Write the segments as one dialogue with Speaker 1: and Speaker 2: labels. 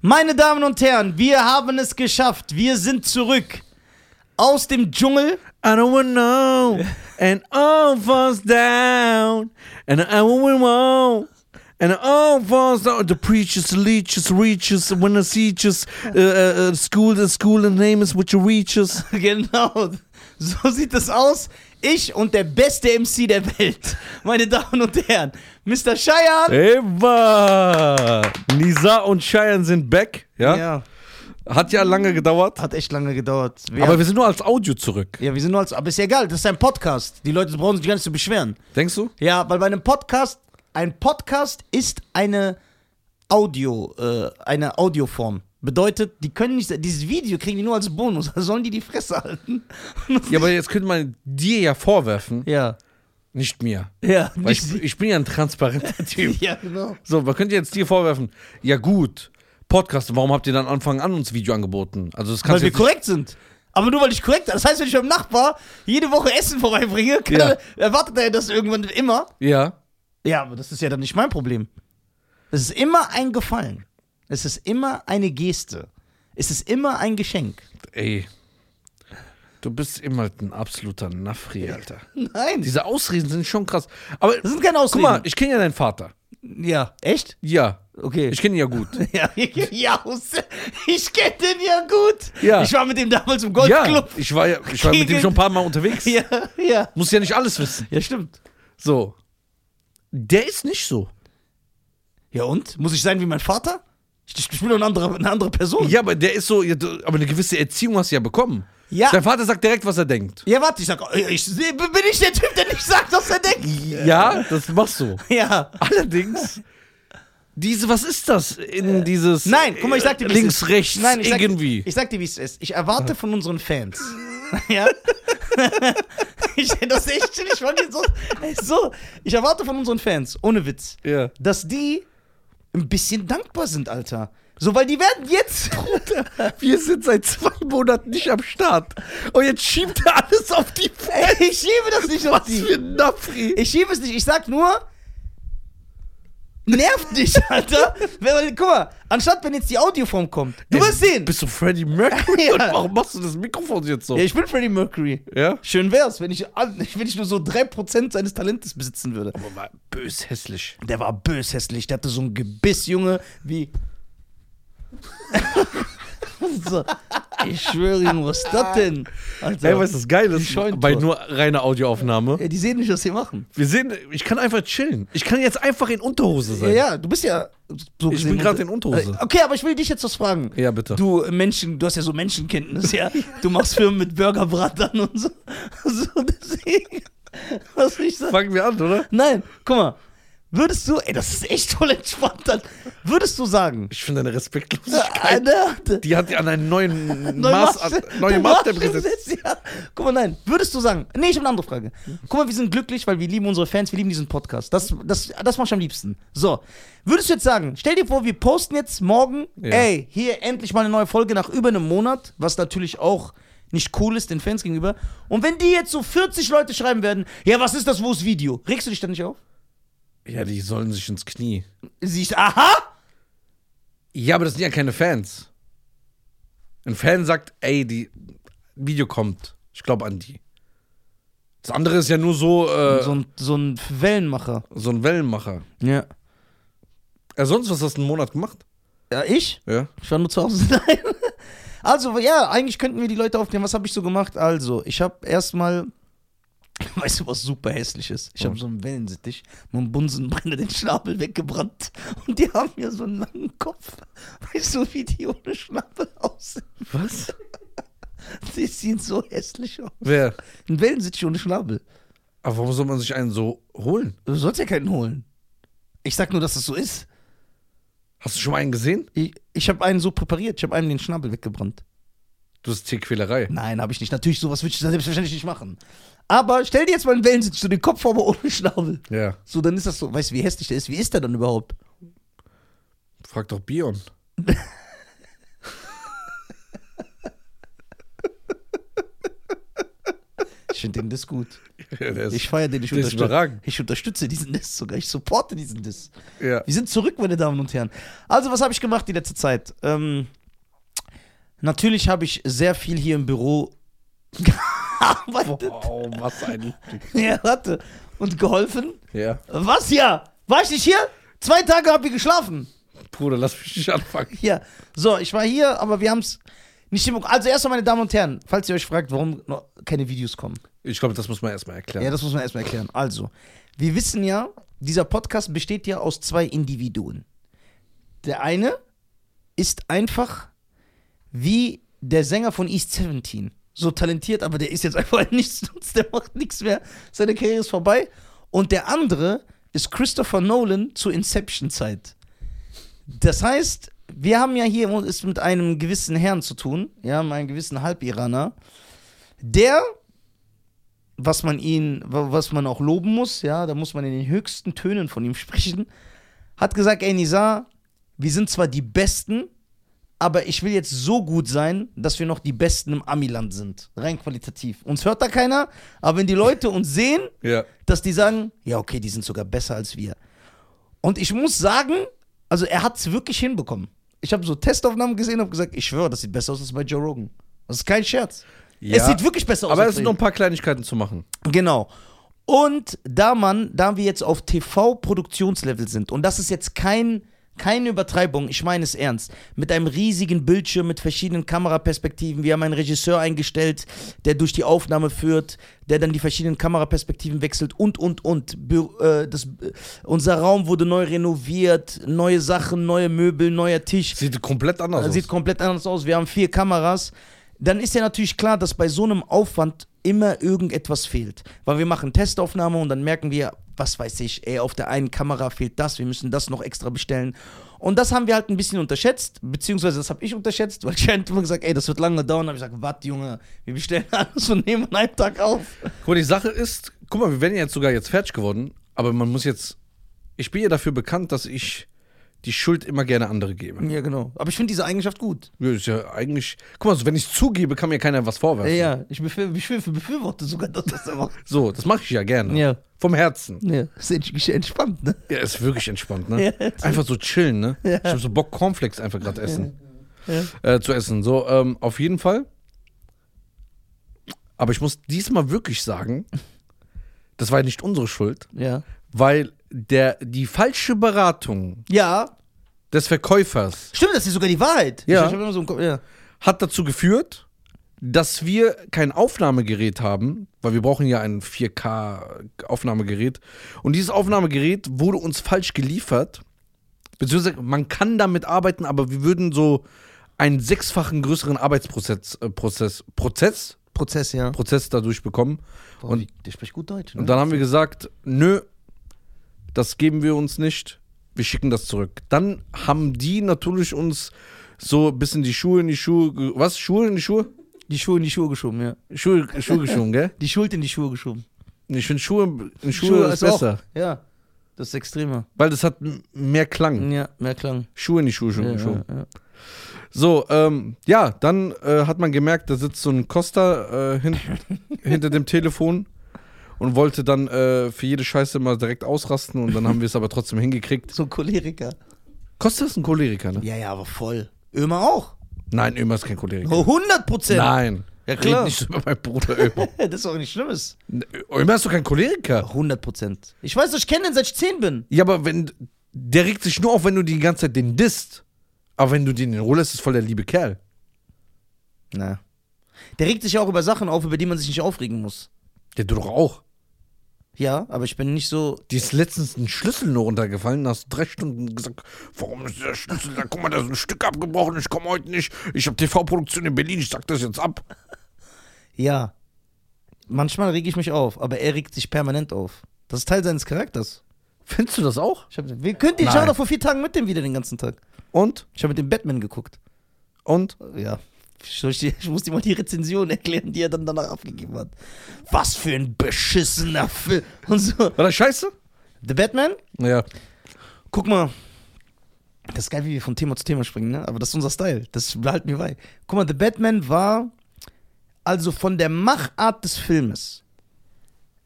Speaker 1: Meine Damen und Herren, wir haben es geschafft. Wir sind zurück aus dem Dschungel.
Speaker 2: I don't wanna know. And all falls down. And I will won't. And all falls down. The preachers, leeches, reaches. When the teachers, uh, uh, uh, school, the school and name is what you reaches.
Speaker 1: Genau, so sieht es aus. Ich und der beste MC der Welt, meine Damen und Herren, Mr. Scheier.
Speaker 2: Eva! Nisa und Cheyenne sind back. Ja? Hat ja lange gedauert.
Speaker 1: Hat echt lange gedauert. Wir
Speaker 2: Aber
Speaker 1: haben,
Speaker 2: wir sind nur als Audio zurück.
Speaker 1: ja, wir sind nur als, aber ist ja egal, das ist ein Podcast. Die Leute brauchen sich gar nicht zu beschweren.
Speaker 2: Denkst du?
Speaker 1: Ja, weil bei einem Podcast, ein Podcast ist eine Audio, äh, eine Audioform. Bedeutet, die können nicht, dieses Video kriegen die nur als Bonus, da sollen die die Fresse halten.
Speaker 2: Ja, aber jetzt könnte man dir ja vorwerfen,
Speaker 1: Ja,
Speaker 2: nicht mir.
Speaker 1: ja,
Speaker 2: Weil
Speaker 1: nicht,
Speaker 2: ich, ich bin ja ein transparenter Typ.
Speaker 1: ja, genau.
Speaker 2: So, man könnte jetzt dir vorwerfen, ja gut, Podcast, warum habt ihr dann Anfang an uns Video angeboten? Also das
Speaker 1: Weil
Speaker 2: kannst du
Speaker 1: wir
Speaker 2: jetzt nicht,
Speaker 1: korrekt sind. Aber nur weil ich korrekt Das heißt, wenn ich beim Nachbar jede Woche Essen vorbeibringe, kann
Speaker 2: Ja.
Speaker 1: er, erwartet er das irgendwann immer.
Speaker 2: Ja.
Speaker 1: Ja, aber das ist ja dann nicht mein Problem. Es ist immer ein Gefallen. Es ist immer eine Geste. Es ist immer ein Geschenk.
Speaker 2: Ey. Du bist immer halt ein absoluter Nafri, Alter.
Speaker 1: Nein.
Speaker 2: Diese Ausreden sind schon krass. Aber
Speaker 1: Das sind keine
Speaker 2: guck
Speaker 1: Ausreden.
Speaker 2: mal, ich kenne ja deinen Vater.
Speaker 1: Ja. Echt?
Speaker 2: Ja.
Speaker 1: Okay.
Speaker 2: Ich kenne ihn ja gut.
Speaker 1: ja, ja, ich kenne den ja gut.
Speaker 2: Ja.
Speaker 1: Ich war mit dem damals im
Speaker 2: Ja,
Speaker 1: Golfclub.
Speaker 2: ich war, ja, ich war mit ihm
Speaker 1: Gegen-
Speaker 2: schon ein paar Mal unterwegs.
Speaker 1: Ja. ja, ja.
Speaker 2: Muss ja nicht alles wissen.
Speaker 1: stimmt.
Speaker 2: So. Der ist nicht so.
Speaker 1: Ja und? Muss ich sein wie mein Vater? Ich, ich bin doch eine andere, eine andere Person.
Speaker 2: Ja, aber der ist so, ja, du- aber eine gewisse Erziehung hast du ja bekommen.
Speaker 1: Ja.
Speaker 2: Dein Vater sagt direkt, was er denkt.
Speaker 1: Ja, warte, ich sag, oh, ich, bin ich der Typ, der nicht sagt, was er denkt?
Speaker 2: Ja, das machst du.
Speaker 1: Ja.
Speaker 2: Allerdings, diese, was ist das in dieses.
Speaker 1: Nein, guck mal, ich sag dir, wie es
Speaker 2: Links,
Speaker 1: ist.
Speaker 2: rechts,
Speaker 1: Nein, ich sag,
Speaker 2: irgendwie.
Speaker 1: Ich sag dir, wie es ist. Ich erwarte von unseren Fans. ja. ich das ist echt ich fand den so, so. Ich erwarte von unseren Fans, ohne Witz,
Speaker 2: ja.
Speaker 1: dass die ein bisschen dankbar sind, Alter. So, weil die werden jetzt.
Speaker 2: Wir sind seit zwei Monaten nicht am Start. Und jetzt schiebt er alles auf die Fans.
Speaker 1: ich schiebe das nicht auf die.
Speaker 2: ein Napri.
Speaker 1: Ich schiebe es nicht, ich sag nur. Nervt dich, Alter! Weil, guck mal, anstatt wenn jetzt die Audioform kommt, du wirst sehen!
Speaker 2: Bist du Freddie Mercury?
Speaker 1: Ja.
Speaker 2: Und warum machst du das Mikrofon jetzt so?
Speaker 1: Ja, ich bin Freddie Mercury.
Speaker 2: Ja?
Speaker 1: Schön wär's, wenn ich, all- wenn ich nur so 3% seines Talentes besitzen würde.
Speaker 2: Aber war bös hässlich.
Speaker 1: Der war bös hässlich, der hatte so ein Gebiss, Junge, wie. so. Ich schwöre Ihnen, was ist das denn? Alter.
Speaker 2: Ey, weißt du, was geil
Speaker 1: Die
Speaker 2: ist?
Speaker 1: Scheunentor.
Speaker 2: Bei nur reiner Audioaufnahme.
Speaker 1: ja, die sehen nicht, was sie machen.
Speaker 2: Wir sehen, ich kann einfach chillen. Ich kann jetzt einfach in Unterhose
Speaker 1: Ja,
Speaker 2: sein.
Speaker 1: ja, du bist ja. So
Speaker 2: Ich
Speaker 1: gesehen
Speaker 2: bin gerade in
Speaker 1: unter-
Speaker 2: Unterhose.
Speaker 1: Okay, aber ich will dich jetzt was fragen.
Speaker 2: Ja, bitte.
Speaker 1: Du äh, Menschen, du hast ja so Menschenkenntnis, ja. Du machst Firmen mit Burgerbratern und so. So deswegen. Was will ich sagen?
Speaker 2: Fangen wir an, oder?
Speaker 1: Nein, guck mal. Würdest du, ey, das ist echt voll entspannt, dann würdest du sagen,
Speaker 2: Ich finde deine Respektlosigkeit.
Speaker 1: einer
Speaker 2: Die hat an einen neuen Maß, an, neue Maßstab gesetzt.
Speaker 1: Ja. Guck mal, nein, würdest du sagen, nee, ich habe eine andere Frage. Guck mal, wir sind glücklich, weil wir lieben unsere Fans, wir lieben diesen Podcast. Das, das, das mach ich am liebsten. So, würdest du jetzt sagen, stell dir vor, wir posten jetzt morgen,
Speaker 2: Ja.
Speaker 1: ey, hier endlich mal eine neue Folge nach über einem Monat, was natürlich auch nicht cool ist den Fans gegenüber. Und wenn die jetzt so 40 Leute schreiben werden, ja, was ist das, wo ist Video? Regst du dich dann nicht auf?
Speaker 2: Ja, die sollen sich ins Knie.
Speaker 1: Siehst, aha!
Speaker 2: Ja, aber das sind ja keine Fans. Ein Fan sagt, ey, die Video kommt. Ich glaube an die. Das andere ist ja nur so, äh,
Speaker 1: So
Speaker 2: so,
Speaker 1: ein, so ein Wellenmacher.
Speaker 2: ein Wellenmacher.
Speaker 1: Ja.
Speaker 2: Ja, sonst, was hast du einen Monat gemacht?
Speaker 1: Ja, ich?
Speaker 2: Ja.
Speaker 1: Ich war nur zu Hause. Nein. Also, ja, eigentlich könnten wir die Leute aufklären. Was habe ich so gemacht? Also, ich habe erstmal. Weißt du, was super hässlich ist? Ich habe so einen Wellensittich, meinem Bunsenbrenner den Schnabel weggebrannt. Und die haben mir so einen langen Kopf. Weißt du, wie die ohne Schnabel aussehen?
Speaker 2: Was?
Speaker 1: Die sehen so hässlich aus.
Speaker 2: Wer?
Speaker 1: Ein Wellensittich ohne Schnabel.
Speaker 2: Aber warum soll man sich einen so holen?
Speaker 1: Du sollst ja keinen holen. Ich sag nur, dass das so ist.
Speaker 2: Hast du schon mal einen gesehen?
Speaker 1: Ich, ich habe einen so präpariert. Ich habe einem den Schnabel weggebrannt.
Speaker 2: Das ist Tierquälerei.
Speaker 1: Nein, habe ich nicht. Natürlich, sowas würde ich selbstverständlich nicht machen. Aber stell dir jetzt mal einen Wellensitz zu den Kopf aber ohne Schnabel.
Speaker 2: Ja.
Speaker 1: So, dann ist das so, weißt du, wie hässlich der ist? Wie ist der dann überhaupt?
Speaker 2: Frag doch Bion.
Speaker 1: Ich finde den das gut.
Speaker 2: Ja, der ist-
Speaker 1: Ich feiere den, ich,
Speaker 2: der ist
Speaker 1: unterstütze,
Speaker 2: überragend.
Speaker 1: ich unterstütze diesen Diss sogar, ich supporte diesen Diss.
Speaker 2: ja.
Speaker 1: Wir sind zurück, meine Damen und Herren. Also, was habe ich gemacht die letzte Zeit? Ähm, natürlich habe ich sehr viel hier im Büro gearbeitet.
Speaker 2: Oh, was ein Liebling.
Speaker 1: Ja, warte. Und geholfen.
Speaker 2: Ja.
Speaker 1: Was ja? War ich nicht hier? Zwei Tage habe ich geschlafen.
Speaker 2: Bruder, lass mich nicht anfangen.
Speaker 1: Ja. So, ich war hier, aber wir haben es nicht im. Also, erstmal, meine Damen und Herren, falls ihr euch fragt, warum noch keine Videos kommen.
Speaker 2: Ich glaube, das muss man erstmal
Speaker 1: Ja,
Speaker 2: erklären.
Speaker 1: das muss man erstmal erklären. Also, wir wissen ja, dieser Podcast besteht ja aus zwei Individuen. Der eine ist einfach wie der Sänger von East 17. So talentiert, aber der ist jetzt einfach nichts, der macht nichts mehr. Seine Karriere ist vorbei. Und der andere ist Christopher Nolan zur Inception-Zeit. Das heißt, wir haben ja hier es mit einem gewissen Herrn zu tun, ja, mit einem gewissen Halbiraner, der was man ihn, wa- was man auch loben muss, ja, da muss man in den höchsten Tönen von ihm sprechen, hat gesagt, ey Nizar, wir sind zwar die Besten, aber ich will jetzt so gut sein, dass wir noch die Besten im Amiland sind, rein qualitativ. Uns hört da keiner, aber wenn die Leute uns sehen,
Speaker 2: Ja.
Speaker 1: dass die sagen, ja okay, die sind sogar besser als wir. Und ich muss sagen, also er hat es wirklich hinbekommen. Ich habe so Testaufnahmen gesehen und habe gesagt, ich schwöre, das sieht besser aus als bei Joe Rogan. Das ist kein Scherz. Es
Speaker 2: Ja.
Speaker 1: sieht wirklich besser aus.
Speaker 2: Aber
Speaker 1: als
Speaker 2: es
Speaker 1: bei
Speaker 2: sind
Speaker 1: ihm.
Speaker 2: noch ein paar Kleinigkeiten zu machen.
Speaker 1: Genau. Und da man, da wir jetzt auf TV-Produktionslevel sind, und das ist jetzt kein, keine Übertreibung, ich meine es ernst, mit einem riesigen Bildschirm, mit verschiedenen Kameraperspektiven, wir haben einen Regisseur eingestellt, der durch die Aufnahme führt, der dann die verschiedenen Kameraperspektiven wechselt und, und, und. Bü äh, das, äh, unser Raum wurde neu renoviert, neue Sachen, neue Möbel, neuer Tisch.
Speaker 2: Sieht komplett anders
Speaker 1: Also Sieht
Speaker 2: aus.
Speaker 1: komplett anders aus. Wir haben vier Kameras. Dann ist ja natürlich klar, dass bei so einem Aufwand immer irgendetwas fehlt. Weil wir machen Testaufnahme und dann merken wir, was weiß ich, ey, auf der einen Kamera fehlt das, wir müssen das noch extra bestellen. Und das haben wir halt ein bisschen unterschätzt, beziehungsweise das habe ich unterschätzt, weil ich immer gesagt, ey, das wird lange dauern. habe ich gesagt, was, Junge, wir bestellen alles und nehmen an einem Tag auf.
Speaker 2: Guck mal, die Sache ist, guck mal, wir wären jetzt sogar jetzt fertig geworden, aber man muss jetzt. Ich bin ja dafür bekannt, dass ich die Schuld immer gerne andere gebe.
Speaker 1: Ja, genau. Aber ich finde diese Eigenschaft gut.
Speaker 2: Ja, ist ja eigentlich. Guck mal, so, wenn ich zugebe, kann mir keiner was vorwerfen.
Speaker 1: Ja, ich befür- befür- befürworte sogar, dass das er macht.
Speaker 2: So, das mache ich ja gerne.
Speaker 1: Ja.
Speaker 2: Vom Herzen.
Speaker 1: Ja, ist ents- entspannt, ne?
Speaker 2: Ja, ist wirklich entspannt, ne?
Speaker 1: Ja.
Speaker 2: Einfach so chillen, ne?
Speaker 1: Ja.
Speaker 2: Ich habe so Bock, Cornflakes einfach gerade essen.
Speaker 1: Ja.
Speaker 2: Äh, zu essen. So, ähm, auf jeden Fall. Aber ich muss diesmal wirklich sagen, das war nicht unsere Schuld,
Speaker 1: Ja.
Speaker 2: weil der, die falsche Beratung
Speaker 1: Ja,
Speaker 2: des Verkäufers
Speaker 1: Stimmt, das ist sogar die Wahrheit.
Speaker 2: Ja.
Speaker 1: Ich hab immer so im Kopf, ja.
Speaker 2: hat dazu geführt, dass wir kein Aufnahmegerät haben, weil wir brauchen ja ein 4K-Aufnahmegerät. Und dieses Aufnahmegerät wurde uns falsch geliefert. Beziehungsweise man kann damit arbeiten, aber wir würden so einen sechsfachen größeren Arbeitsprozess äh, Prozess, Prozess,
Speaker 1: Prozess, ja.
Speaker 2: Prozess dadurch bekommen.
Speaker 1: und wie, der spricht gut Deutsch. Ne?
Speaker 2: Und dann haben wir gesagt, nö, das geben wir uns nicht, wir schicken das zurück. Dann haben die natürlich uns so ein bisschen die Schuhe in die Schuhe, ge- was, Schuhe in die Schuhe?
Speaker 1: die Schuhe in die Schuhe geschoben, ja.
Speaker 2: Schuhe, Schuhe geschoben, gell?
Speaker 1: Die Schuld in die Schuhe geschoben.
Speaker 2: Ich finde Schuhe, in Schuhe, ist
Speaker 1: also auch-
Speaker 2: besser,
Speaker 1: Ja, das ist extremer.
Speaker 2: weil das hat m- mehr Klang.
Speaker 1: Ja, mehr Klang.
Speaker 2: Schuhe in die Hm. Schuhe
Speaker 1: Mhm. Ja,
Speaker 2: geschoben.
Speaker 1: ja, ja.
Speaker 2: So, ähm, ja, dann äh, hat man gemerkt, da sitzt so ein Costa äh, hin, hinter dem Telefon und wollte dann äh, für jede Scheiße mal direkt ausrasten und dann haben wir es aber trotzdem hingekriegt.
Speaker 1: So ein Choleriker.
Speaker 2: Costa ist ein Choleriker, ne?
Speaker 1: Ja, ja, aber voll. Ömer auch.
Speaker 2: Nein, Ömer ist kein Choleriker.
Speaker 1: 100 Prozent.
Speaker 2: Nein.
Speaker 1: Ja, klar.
Speaker 2: Red nicht so über meinen Bruder Ömer.
Speaker 1: Das ist auch nichts Schlimmes.
Speaker 2: Ömer ist doch kein Choleriker.
Speaker 1: 100 Prozent. Ich weiß, ich kenne den seit ich 10 bin.
Speaker 2: Ja, aber wenn. Der regt sich nur auf, wenn du die ganze Zeit den disst. Aber wenn du den in den Ruhe lässt, ist voll der liebe Kerl.
Speaker 1: Na. Der regt sich ja auch über Sachen auf, über die man sich nicht aufregen muss.
Speaker 2: Der du doch auch.
Speaker 1: Ja, aber ich bin nicht so.
Speaker 2: Die ist letztens ein Schlüssel nur runtergefallen. Da hast du drei Stunden gesagt, warum ist der Schlüssel da? Guck mal, da ist ein Stück abgebrochen. Ich komme heute nicht. Ich habe TV-Produktion in Berlin. Ich sag das jetzt ab.
Speaker 1: Ja. Manchmal reg ich mich auf, aber er regt sich permanent auf. Das ist Teil seines Charakters.
Speaker 2: Findest du das auch?
Speaker 1: Ich hab, wir könnten ihn
Speaker 2: Nein.
Speaker 1: schauen, doch vor vier Tagen mit dem wieder den ganzen Tag.
Speaker 2: Und?
Speaker 1: Ich habe mit dem Batman geguckt.
Speaker 2: Und?
Speaker 1: Ja. Soll Ich, dir- ich muss dir mal die Rezension erklären, die er dann danach abgegeben hat. Was für ein beschissener Film. Und so.
Speaker 2: War das scheiße?
Speaker 1: The Batman?
Speaker 2: Ja.
Speaker 1: Guck mal. Das ist geil, wie wir von Thema zu Thema springen, ne? Aber das ist unser Style. Das behalten wir bei. Guck mal, The Batman war also von der Machart des Filmes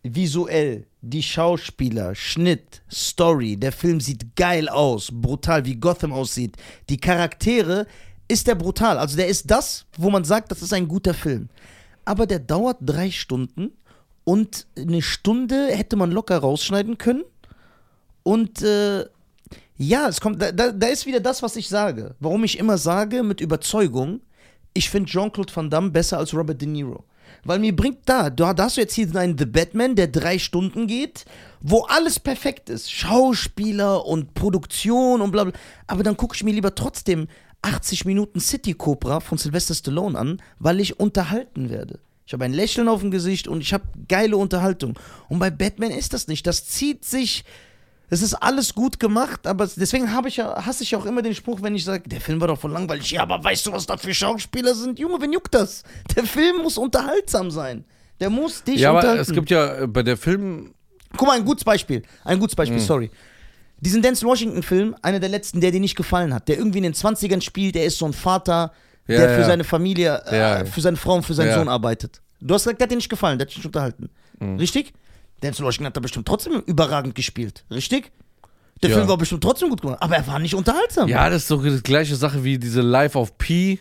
Speaker 1: visuell, die Schauspieler, Schnitt, Story, der Film sieht geil aus, brutal, wie Gotham aussieht, die Charaktere, ist der brutal. Also der ist das, wo man sagt, das ist ein guter Film. Aber der dauert drei Stunden und eine Stunde hätte man locker rausschneiden können. Und äh, ja, es kommt, da, da, da ist wieder das, was ich sage. Warum ich immer sage, mit Überzeugung, ich finde Jean-Claude Van Damme besser als Robert De Niro. Weil mir bringt da, da da hast du jetzt hier einen The Batman, der drei Stunden geht, wo alles perfekt ist. Schauspieler und Produktion und bla bla. Aber dann gucke ich mir lieber trotzdem 80 Minuten City Cobra von Sylvester Stallone an, weil ich unterhalten werde. Ich habe ein Lächeln auf dem Gesicht und ich habe geile Unterhaltung. Und bei Batman ist das nicht. Das zieht sich. Es ist alles gut gemacht, aber deswegen habe ich ja, hasse ich ja auch immer den Spruch, wenn ich sage, der Film war doch voll langweilig. Ja, aber weißt du, was da für Schauspieler sind? Junge, wen juckt das? Der Film muss unterhaltsam sein. Der muss dich
Speaker 2: Ja, aber
Speaker 1: unterhalten.
Speaker 2: es gibt ja äh, bei der Film.
Speaker 1: Guck mal, ein gutes Beispiel. Ein gutes
Speaker 2: Mhm.
Speaker 1: Beispiel, sorry. Diesen Dance Washington-Film, einer der letzten, der dir nicht gefallen hat, der irgendwie in den 20ern spielt, der ist so ein Vater,
Speaker 2: Ja,
Speaker 1: der für
Speaker 2: ja.
Speaker 1: seine Familie, äh,
Speaker 2: Ja.
Speaker 1: für seine Frau und für seinen
Speaker 2: Ja.
Speaker 1: Sohn arbeitet. Du hast gesagt, der hat dir nicht gefallen, der hat dich nicht unterhalten.
Speaker 2: Mhm.
Speaker 1: Richtig? Denzel Washington hat da bestimmt trotzdem überragend gespielt. Richtig? Der
Speaker 2: Ja.
Speaker 1: Film war bestimmt trotzdem gut gemacht, aber er war nicht unterhaltsam.
Speaker 2: Ja, das ist doch die gleiche Sache wie diese Life of Pi.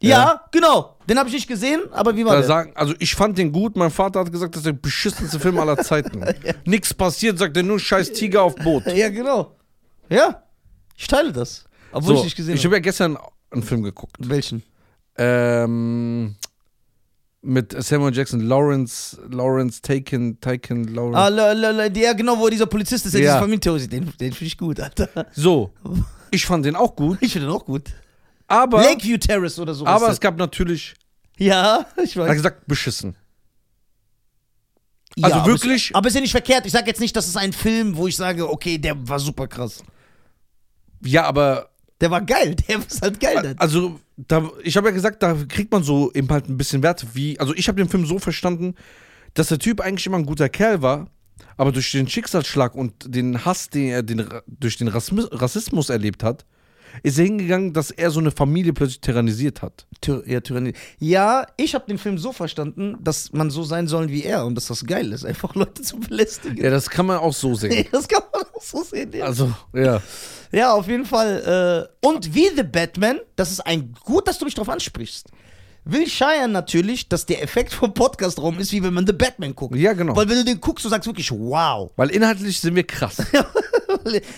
Speaker 1: Ja, genau. Den habe ich nicht gesehen, aber wie war
Speaker 2: Da
Speaker 1: der?
Speaker 2: sagen, also ich fand den gut, mein Vater hat gesagt, das ist der beschissenste Film aller Zeiten. Nix passiert, sagt er nur scheiß Tiger auf Boot.
Speaker 1: Ja, genau. Ja, ich teile das. Obwohl ich nicht gesehen
Speaker 2: ich
Speaker 1: habe.
Speaker 2: habe ja gestern einen Film geguckt.
Speaker 1: Welchen?
Speaker 2: Ähm, mit Samuel Jackson, Lawrence, Lawrence Taken, Taken, Lawrence.
Speaker 1: Ah, la, la, la, ja, genau, wo dieser Polizist ist, der
Speaker 2: Ja.
Speaker 1: diese Familientheorie sieht. Den, den finde ich gut, Alter.
Speaker 2: So, ich fand den auch gut,
Speaker 1: Ich finde den auch gut.
Speaker 2: aber,
Speaker 1: Lakeview Terrace oder so.
Speaker 2: aber es
Speaker 1: ist
Speaker 2: gab natürlich,
Speaker 1: das. ja, ich
Speaker 2: er hat
Speaker 1: weiß.
Speaker 2: gesagt, beschissen.
Speaker 1: ja,
Speaker 2: also
Speaker 1: aber es-
Speaker 2: wirklich-
Speaker 1: Aber ist ja nicht verkehrt. Ich sage jetzt nicht, das ist ein Film, wo ich sage, okay, der war super krass.
Speaker 2: Ja, aber,
Speaker 1: Der war geil. Der ist halt geil. dann.
Speaker 2: also, da, ich habe ja gesagt, da kriegt man so eben halt ein bisschen Werte, wie, also ich habe den Film so verstanden, dass der Typ eigentlich immer ein guter Kerl war, aber durch den Schicksalsschlag und den Hass, den er den, Ra- durch den Rassmi- Rassismus erlebt hat, ist er hingegangen, dass er so eine Familie plötzlich tyrannisiert hat.
Speaker 1: Ty ja, Tyrannie. Ja, ich habe den Film so verstanden, dass man so sein soll wie er und dass das geil ist, einfach Leute zu belästigen.
Speaker 2: Ja, das kann man auch so sehen.
Speaker 1: Das kann man auch so sehen. Ja.
Speaker 2: Also, ja.
Speaker 1: Ja, auf jeden Fall. Äh, und wie The Batman, das ist ein gut, dass du mich drauf ansprichst. Will Shire natürlich, dass der Effekt vom Podcast rum ist, wie wenn man The Batman guckt.
Speaker 2: Ja, genau.
Speaker 1: Weil wenn du den guckst, du sagst wirklich, wow.
Speaker 2: Weil inhaltlich sind wir krass.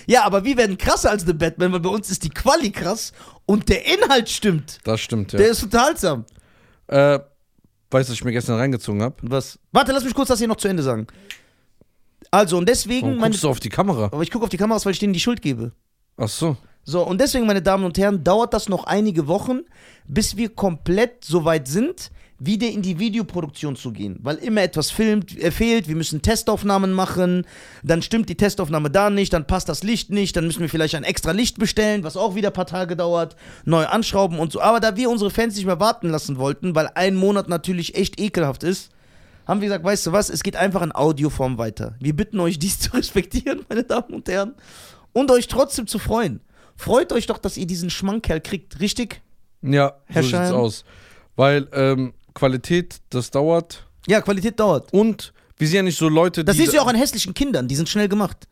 Speaker 1: ja, aber wir werden krasser als The Batman, weil bei uns ist die Quali krass und der Inhalt stimmt.
Speaker 2: Das stimmt,
Speaker 1: Der
Speaker 2: ja.
Speaker 1: ist unterhaltsam.
Speaker 2: Äh, weißt du, was ich mir gestern reingezogen habe?
Speaker 1: Was? Warte, lass mich kurz das hier noch zu Ende sagen. Also, und deswegen,
Speaker 2: Warum
Speaker 1: meine,
Speaker 2: guckst du auf die Kamera?
Speaker 1: aber ich gucke auf die Kameras, weil ich denen die Schuld gebe.
Speaker 2: Ach so.
Speaker 1: So, und deswegen, meine Damen und Herren, dauert das noch einige Wochen, bis wir komplett so weit sind, wieder in die Videoproduktion zu gehen. Weil immer etwas filmt, äh, fehlt, wir müssen Testaufnahmen machen, dann stimmt die Testaufnahme da nicht, dann passt das Licht nicht, dann müssen wir vielleicht ein extra Licht bestellen, was auch wieder ein paar Tage dauert, neu anschrauben und so. Aber da wir unsere Fans nicht mehr warten lassen wollten, weil ein Monat natürlich echt ekelhaft ist, haben wir gesagt, weißt du was, es geht einfach in Audioform weiter. Wir bitten euch, dies zu respektieren, meine Damen und Herren, und euch trotzdem zu freuen. Freut euch doch, dass ihr diesen Schmankerl kriegt, richtig?
Speaker 2: Ja,
Speaker 1: Herr
Speaker 2: so sieht's
Speaker 1: Schein.
Speaker 2: aus. Weil ähm, Qualität, das dauert.
Speaker 1: Ja, Qualität dauert.
Speaker 2: Und wir sind ja nicht so Leute,
Speaker 1: Das
Speaker 2: die.
Speaker 1: siehst du ja auch an hässlichen Kindern, die sind schnell gemacht.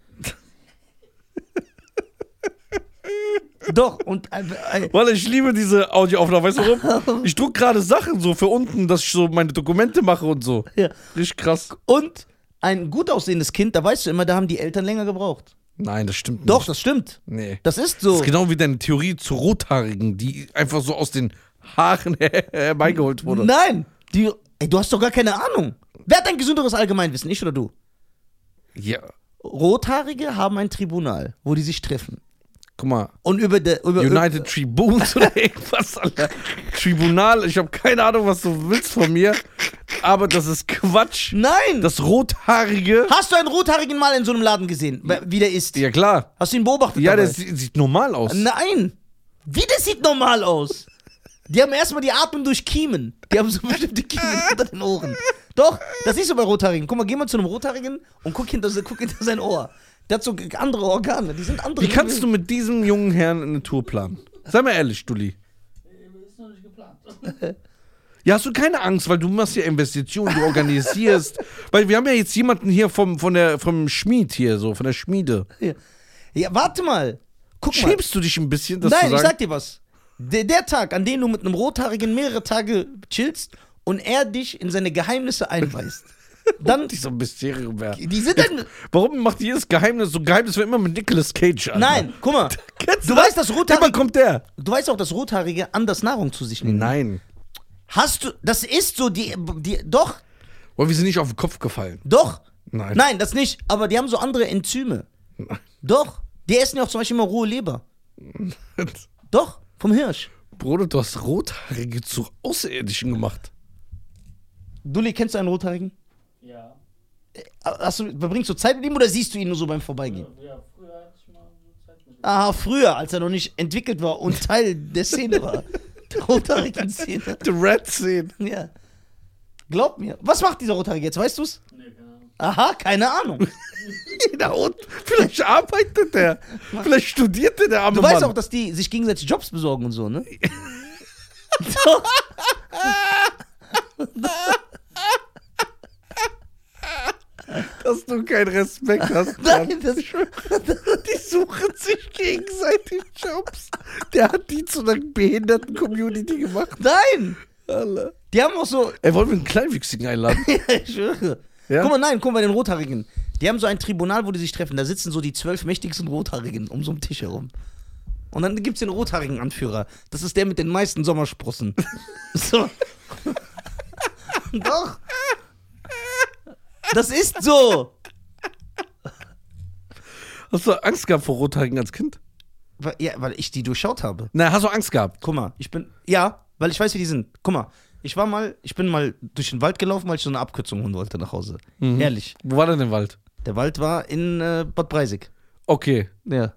Speaker 1: doch, und äh, äh,
Speaker 2: Weil ich liebe diese Audioaufnahme, weißt du warum? Ich druck gerade Sachen so für unten, dass ich so meine Dokumente mache und so.
Speaker 1: ja.
Speaker 2: Richtig krass.
Speaker 1: und ein gut aussehendes Kind, da weißt du immer, da haben die Eltern länger gebraucht.
Speaker 2: Nein, das stimmt
Speaker 1: Doch,
Speaker 2: nicht.
Speaker 1: das stimmt.
Speaker 2: Nee.
Speaker 1: Das ist
Speaker 2: Das
Speaker 1: so.
Speaker 2: ist genau wie deine Theorie zu Rothaarigen, die einfach so aus den Haaren herbeigeholt wurde.
Speaker 1: Nein, die, ey, du hast doch gar keine Ahnung. Wer hat ein gesünderes Allgemeinwissen, ich oder du?
Speaker 2: Ja.
Speaker 1: Rothaarige haben ein Tribunal, wo die sich treffen.
Speaker 2: Guck mal.
Speaker 1: Und über der. Über,
Speaker 2: United Tribunes oder irgendwas. Alter. Tribunal, ich habe keine Ahnung, was du willst von mir, aber das ist Quatsch.
Speaker 1: Nein!
Speaker 2: Das Rothaarige.
Speaker 1: hast du einen Rothaarigen mal in so einem Laden gesehen, wie der ist?
Speaker 2: Ja, klar.
Speaker 1: Hast du ihn beobachtet?
Speaker 2: Ja,
Speaker 1: dabei?
Speaker 2: das sieht, sieht normal aus.
Speaker 1: Nein! Wie das sieht normal aus? Die haben erstmal die Atmen durch Kiemen. Die haben so bestimmte Kiemen unter den Ohren. Doch, das ist so bei Rothaarigen. Guck mal, geh mal zu einem Rothaarigen und guck hinter, guck hinter sein Ohr. Der hat so andere Organe, die sind andere.
Speaker 2: Wie kannst du mit diesem jungen Herrn eine Tour planen? Sei mal ehrlich, Dulli.
Speaker 3: Ist noch nicht geplant.
Speaker 2: Ja, hast du keine Angst, weil du machst ja Investitionen, du organisierst. weil wir haben ja jetzt jemanden hier vom, von der, vom Schmied hier, so, von der Schmiede.
Speaker 1: Ja. ja, warte mal. Guck mal.
Speaker 2: Schämst du dich ein bisschen, dass
Speaker 1: Nein,
Speaker 2: du
Speaker 1: ich
Speaker 2: sagst,
Speaker 1: sag dir was. Der, der Tag, an dem du mit einem Rothaarigen mehrere Tage chillst und er dich in seine Geheimnisse einweist, dann.
Speaker 2: so ein Mysterium wäre.
Speaker 1: Die sind dann.
Speaker 2: Warum macht jedes Geheimnis so Geheimnis wird immer mit Nicolas Cage an?
Speaker 1: Nein, guck mal.
Speaker 2: Kennst
Speaker 1: Also, Du weißt, dass
Speaker 2: Immer
Speaker 1: Rothaarige,
Speaker 2: kommt der.
Speaker 1: du weißt auch, dass Rothaarige anders Nahrung zu sich nehmen.
Speaker 2: Nein.
Speaker 1: Hast du. Das ist so, die. die doch,
Speaker 2: Weil wir sind nicht auf den Kopf gefallen.
Speaker 1: doch.
Speaker 2: Nein.
Speaker 1: Nein, das nicht. Aber die haben so andere Enzyme. Doch. Die essen ja auch zum Beispiel immer rohe Leber. Doch. Vom Hirsch.
Speaker 2: Bruder, du hast Rothaarige zu Außerirdischen gemacht.
Speaker 1: Dulli, kennst du einen Rothaarigen?
Speaker 3: Ja.
Speaker 1: Äh, Hast du, verbringst du Zeit mit ihm oder siehst du ihn nur so beim Vorbeigehen?
Speaker 3: Also Ja, früher hatte ich mal so Zeit mit
Speaker 1: Aha, früher, als er noch nicht entwickelt war und Teil der Szene war. Der rothaarigen Szene.
Speaker 2: The Red Scene.
Speaker 1: Ja. Glaub mir. Was macht dieser Rothaarige jetzt? Weißt du's?
Speaker 3: Nee, keine Ahnung.
Speaker 1: Aha, keine Ahnung.
Speaker 2: Jeder Hund. Vielleicht arbeitet der. Vielleicht studierte der arme
Speaker 1: Du weißt
Speaker 2: Mann.
Speaker 1: auch, dass die sich gegenseitig Jobs besorgen und so, ne?
Speaker 2: dass du keinen Respekt hast.
Speaker 1: Nein, das
Speaker 2: Die suchen sich gegenseitig Jobs. Der hat die zu einer behinderten Community gemacht.
Speaker 1: Nein!
Speaker 2: Alle.
Speaker 1: Die haben auch so.
Speaker 2: Ey, wollen wir einen Kleinwüchsigen einladen?
Speaker 1: Ja, ich schwöre.
Speaker 2: Ja?
Speaker 1: Guck mal, nein, guck mal, bei den Rothaarigen. Die haben so ein Tribunal, wo die sich treffen. Da sitzen so die zwölf mächtigsten Rothaarigen um so einen Tisch herum. Und dann gibt's den rothaarigen Anführer. Das ist der mit den meisten Sommersprossen. so. Doch. Das ist so.
Speaker 2: Hast du Angst gehabt vor Rothaarigen als Kind?
Speaker 1: Weil- Ja, weil ich die durchschaut habe.
Speaker 2: Na, hast du Angst gehabt?
Speaker 1: Guck mal, ich bin. Ja, weil ich weiß, wie die sind. Guck mal, ich war mal, ich bin mal durch den Wald gelaufen, weil ich so eine Abkürzung holen wollte nach Hause. Ehrlich.
Speaker 2: Wo war denn der Wald?
Speaker 1: Der Wald war in äh, Bad Breisig.
Speaker 2: Okay.
Speaker 1: Ja.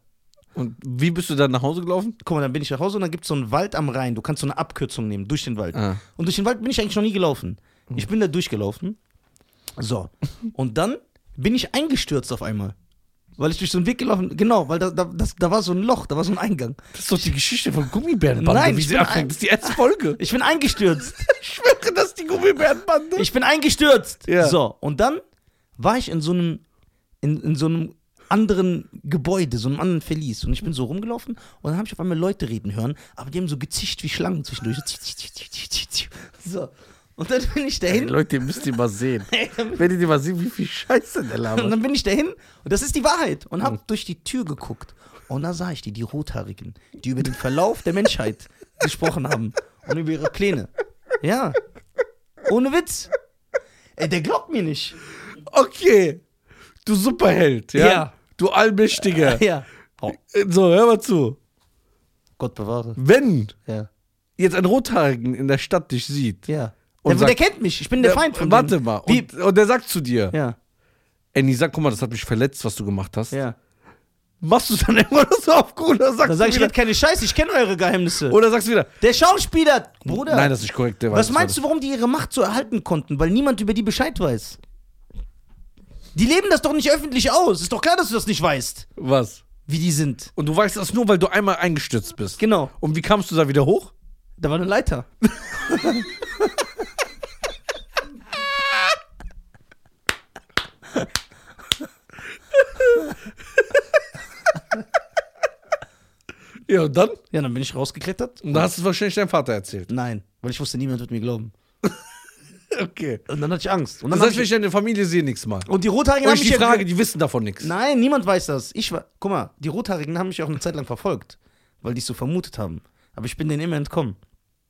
Speaker 2: Und wie bist du dann nach Hause gelaufen?
Speaker 1: Guck mal, dann bin ich nach Hause und dann gibt es so einen Wald am Rhein. Du kannst so eine Abkürzung nehmen, durch den Wald.
Speaker 2: Ah.
Speaker 1: Und durch den Wald bin ich eigentlich noch nie gelaufen. Ich bin da durchgelaufen. So. Und dann bin ich eingestürzt auf einmal. Weil ich durch so einen Weg gelaufen Genau, weil da, da, das, da war so ein Loch, da war so ein Eingang.
Speaker 2: Das ist doch die Geschichte von Gummibärenbande.
Speaker 1: Nein,
Speaker 2: wie
Speaker 1: ich
Speaker 2: sie
Speaker 1: bin ein-
Speaker 2: anfängt. Das ist die erste Folge.
Speaker 1: Ich bin eingestürzt.
Speaker 2: Ich schwöre, das ist die Gummibärenbande.
Speaker 1: Ich bin eingestürzt.
Speaker 2: Ja.
Speaker 1: So. Und dann war ich in so einem, in, in so einem anderen Gebäude, so einem anderen Verlies. Und ich bin so rumgelaufen und dann habe ich auf einmal Leute reden hören, aber die haben so gezischt wie Schlangen zwischendurch. So. Und dann bin ich dahin.
Speaker 2: Leute, ihr müsst die mal sehen.
Speaker 1: Und
Speaker 2: Werdet ihr mal sehen, wie viel Scheiße der labert.
Speaker 1: dann bin ich dahin und das ist die Wahrheit und habe durch die Tür geguckt und da sah ich die, die Rothaarigen, die über den Verlauf der Menschheit gesprochen haben und über ihre Pläne. Ja, ohne Witz. Ey, der glaubt mir nicht.
Speaker 2: Okay. Du Superheld, ja?
Speaker 1: Ja.
Speaker 2: Du Allmächtiger.
Speaker 1: Ja. Oh,
Speaker 2: So, hör mal zu.
Speaker 1: Gott bewahre.
Speaker 2: Wenn
Speaker 1: Ja.
Speaker 2: jetzt ein Rothaarigen in der Stadt dich sieht,
Speaker 1: Ja.
Speaker 2: Und
Speaker 1: der,
Speaker 2: sag-
Speaker 1: der kennt mich. Ich bin der, Feind von
Speaker 2: Warte
Speaker 1: denen.
Speaker 2: mal.
Speaker 1: Wie,
Speaker 2: Und, und der sagt zu dir,
Speaker 1: ja.
Speaker 2: Andy, sag, guck mal, das hat mich verletzt, was du gemacht hast.
Speaker 1: Ja.
Speaker 2: Machst du dann immer noch so auf cool oder sagst
Speaker 1: Dann sag
Speaker 2: du
Speaker 1: ich,
Speaker 2: wieder,
Speaker 1: redet keine Scheiße. Ich kenne eure Geheimnisse.
Speaker 2: oder sagst du wieder,
Speaker 1: der Schauspieler, Bruder.
Speaker 2: nein, das ist nicht korrekt. Der
Speaker 1: Was meinst du, warum die ihre Macht so erhalten konnten? Weil niemand über die Bescheid weiß. Die leben das doch nicht öffentlich aus. Ist doch klar, dass du das nicht weißt,
Speaker 2: Was?
Speaker 1: wie die sind.
Speaker 2: Und du weißt das nur, weil du einmal eingestürzt bist.
Speaker 1: Genau.
Speaker 2: Und wie kamst du da wieder hoch?
Speaker 1: Da war eine Leiter.
Speaker 2: Ja, und dann?
Speaker 1: Ja, dann bin ich rausgeklettert.
Speaker 2: Und dann hast du es wahrscheinlich deinem Vater erzählt.
Speaker 1: Nein, weil ich wusste, niemand wird mir glauben.
Speaker 2: Okay.
Speaker 1: Und dann hatte ich Angst. Und,
Speaker 2: Das
Speaker 1: dann
Speaker 2: heißt,
Speaker 1: hab
Speaker 2: wenn
Speaker 1: ich,
Speaker 2: ich deine Familie sehe, nichts mal.
Speaker 1: und die Rothaarigen
Speaker 2: Und
Speaker 1: haben
Speaker 2: ich
Speaker 1: mich
Speaker 2: die
Speaker 1: ja-
Speaker 2: Frage, die wissen davon nichts.
Speaker 1: Nein, niemand weiß das. Ich war, guck mal, die Rothaarigen haben mich auch eine Zeit lang verfolgt, weil die es so vermutet haben. Aber ich bin denen immer entkommen.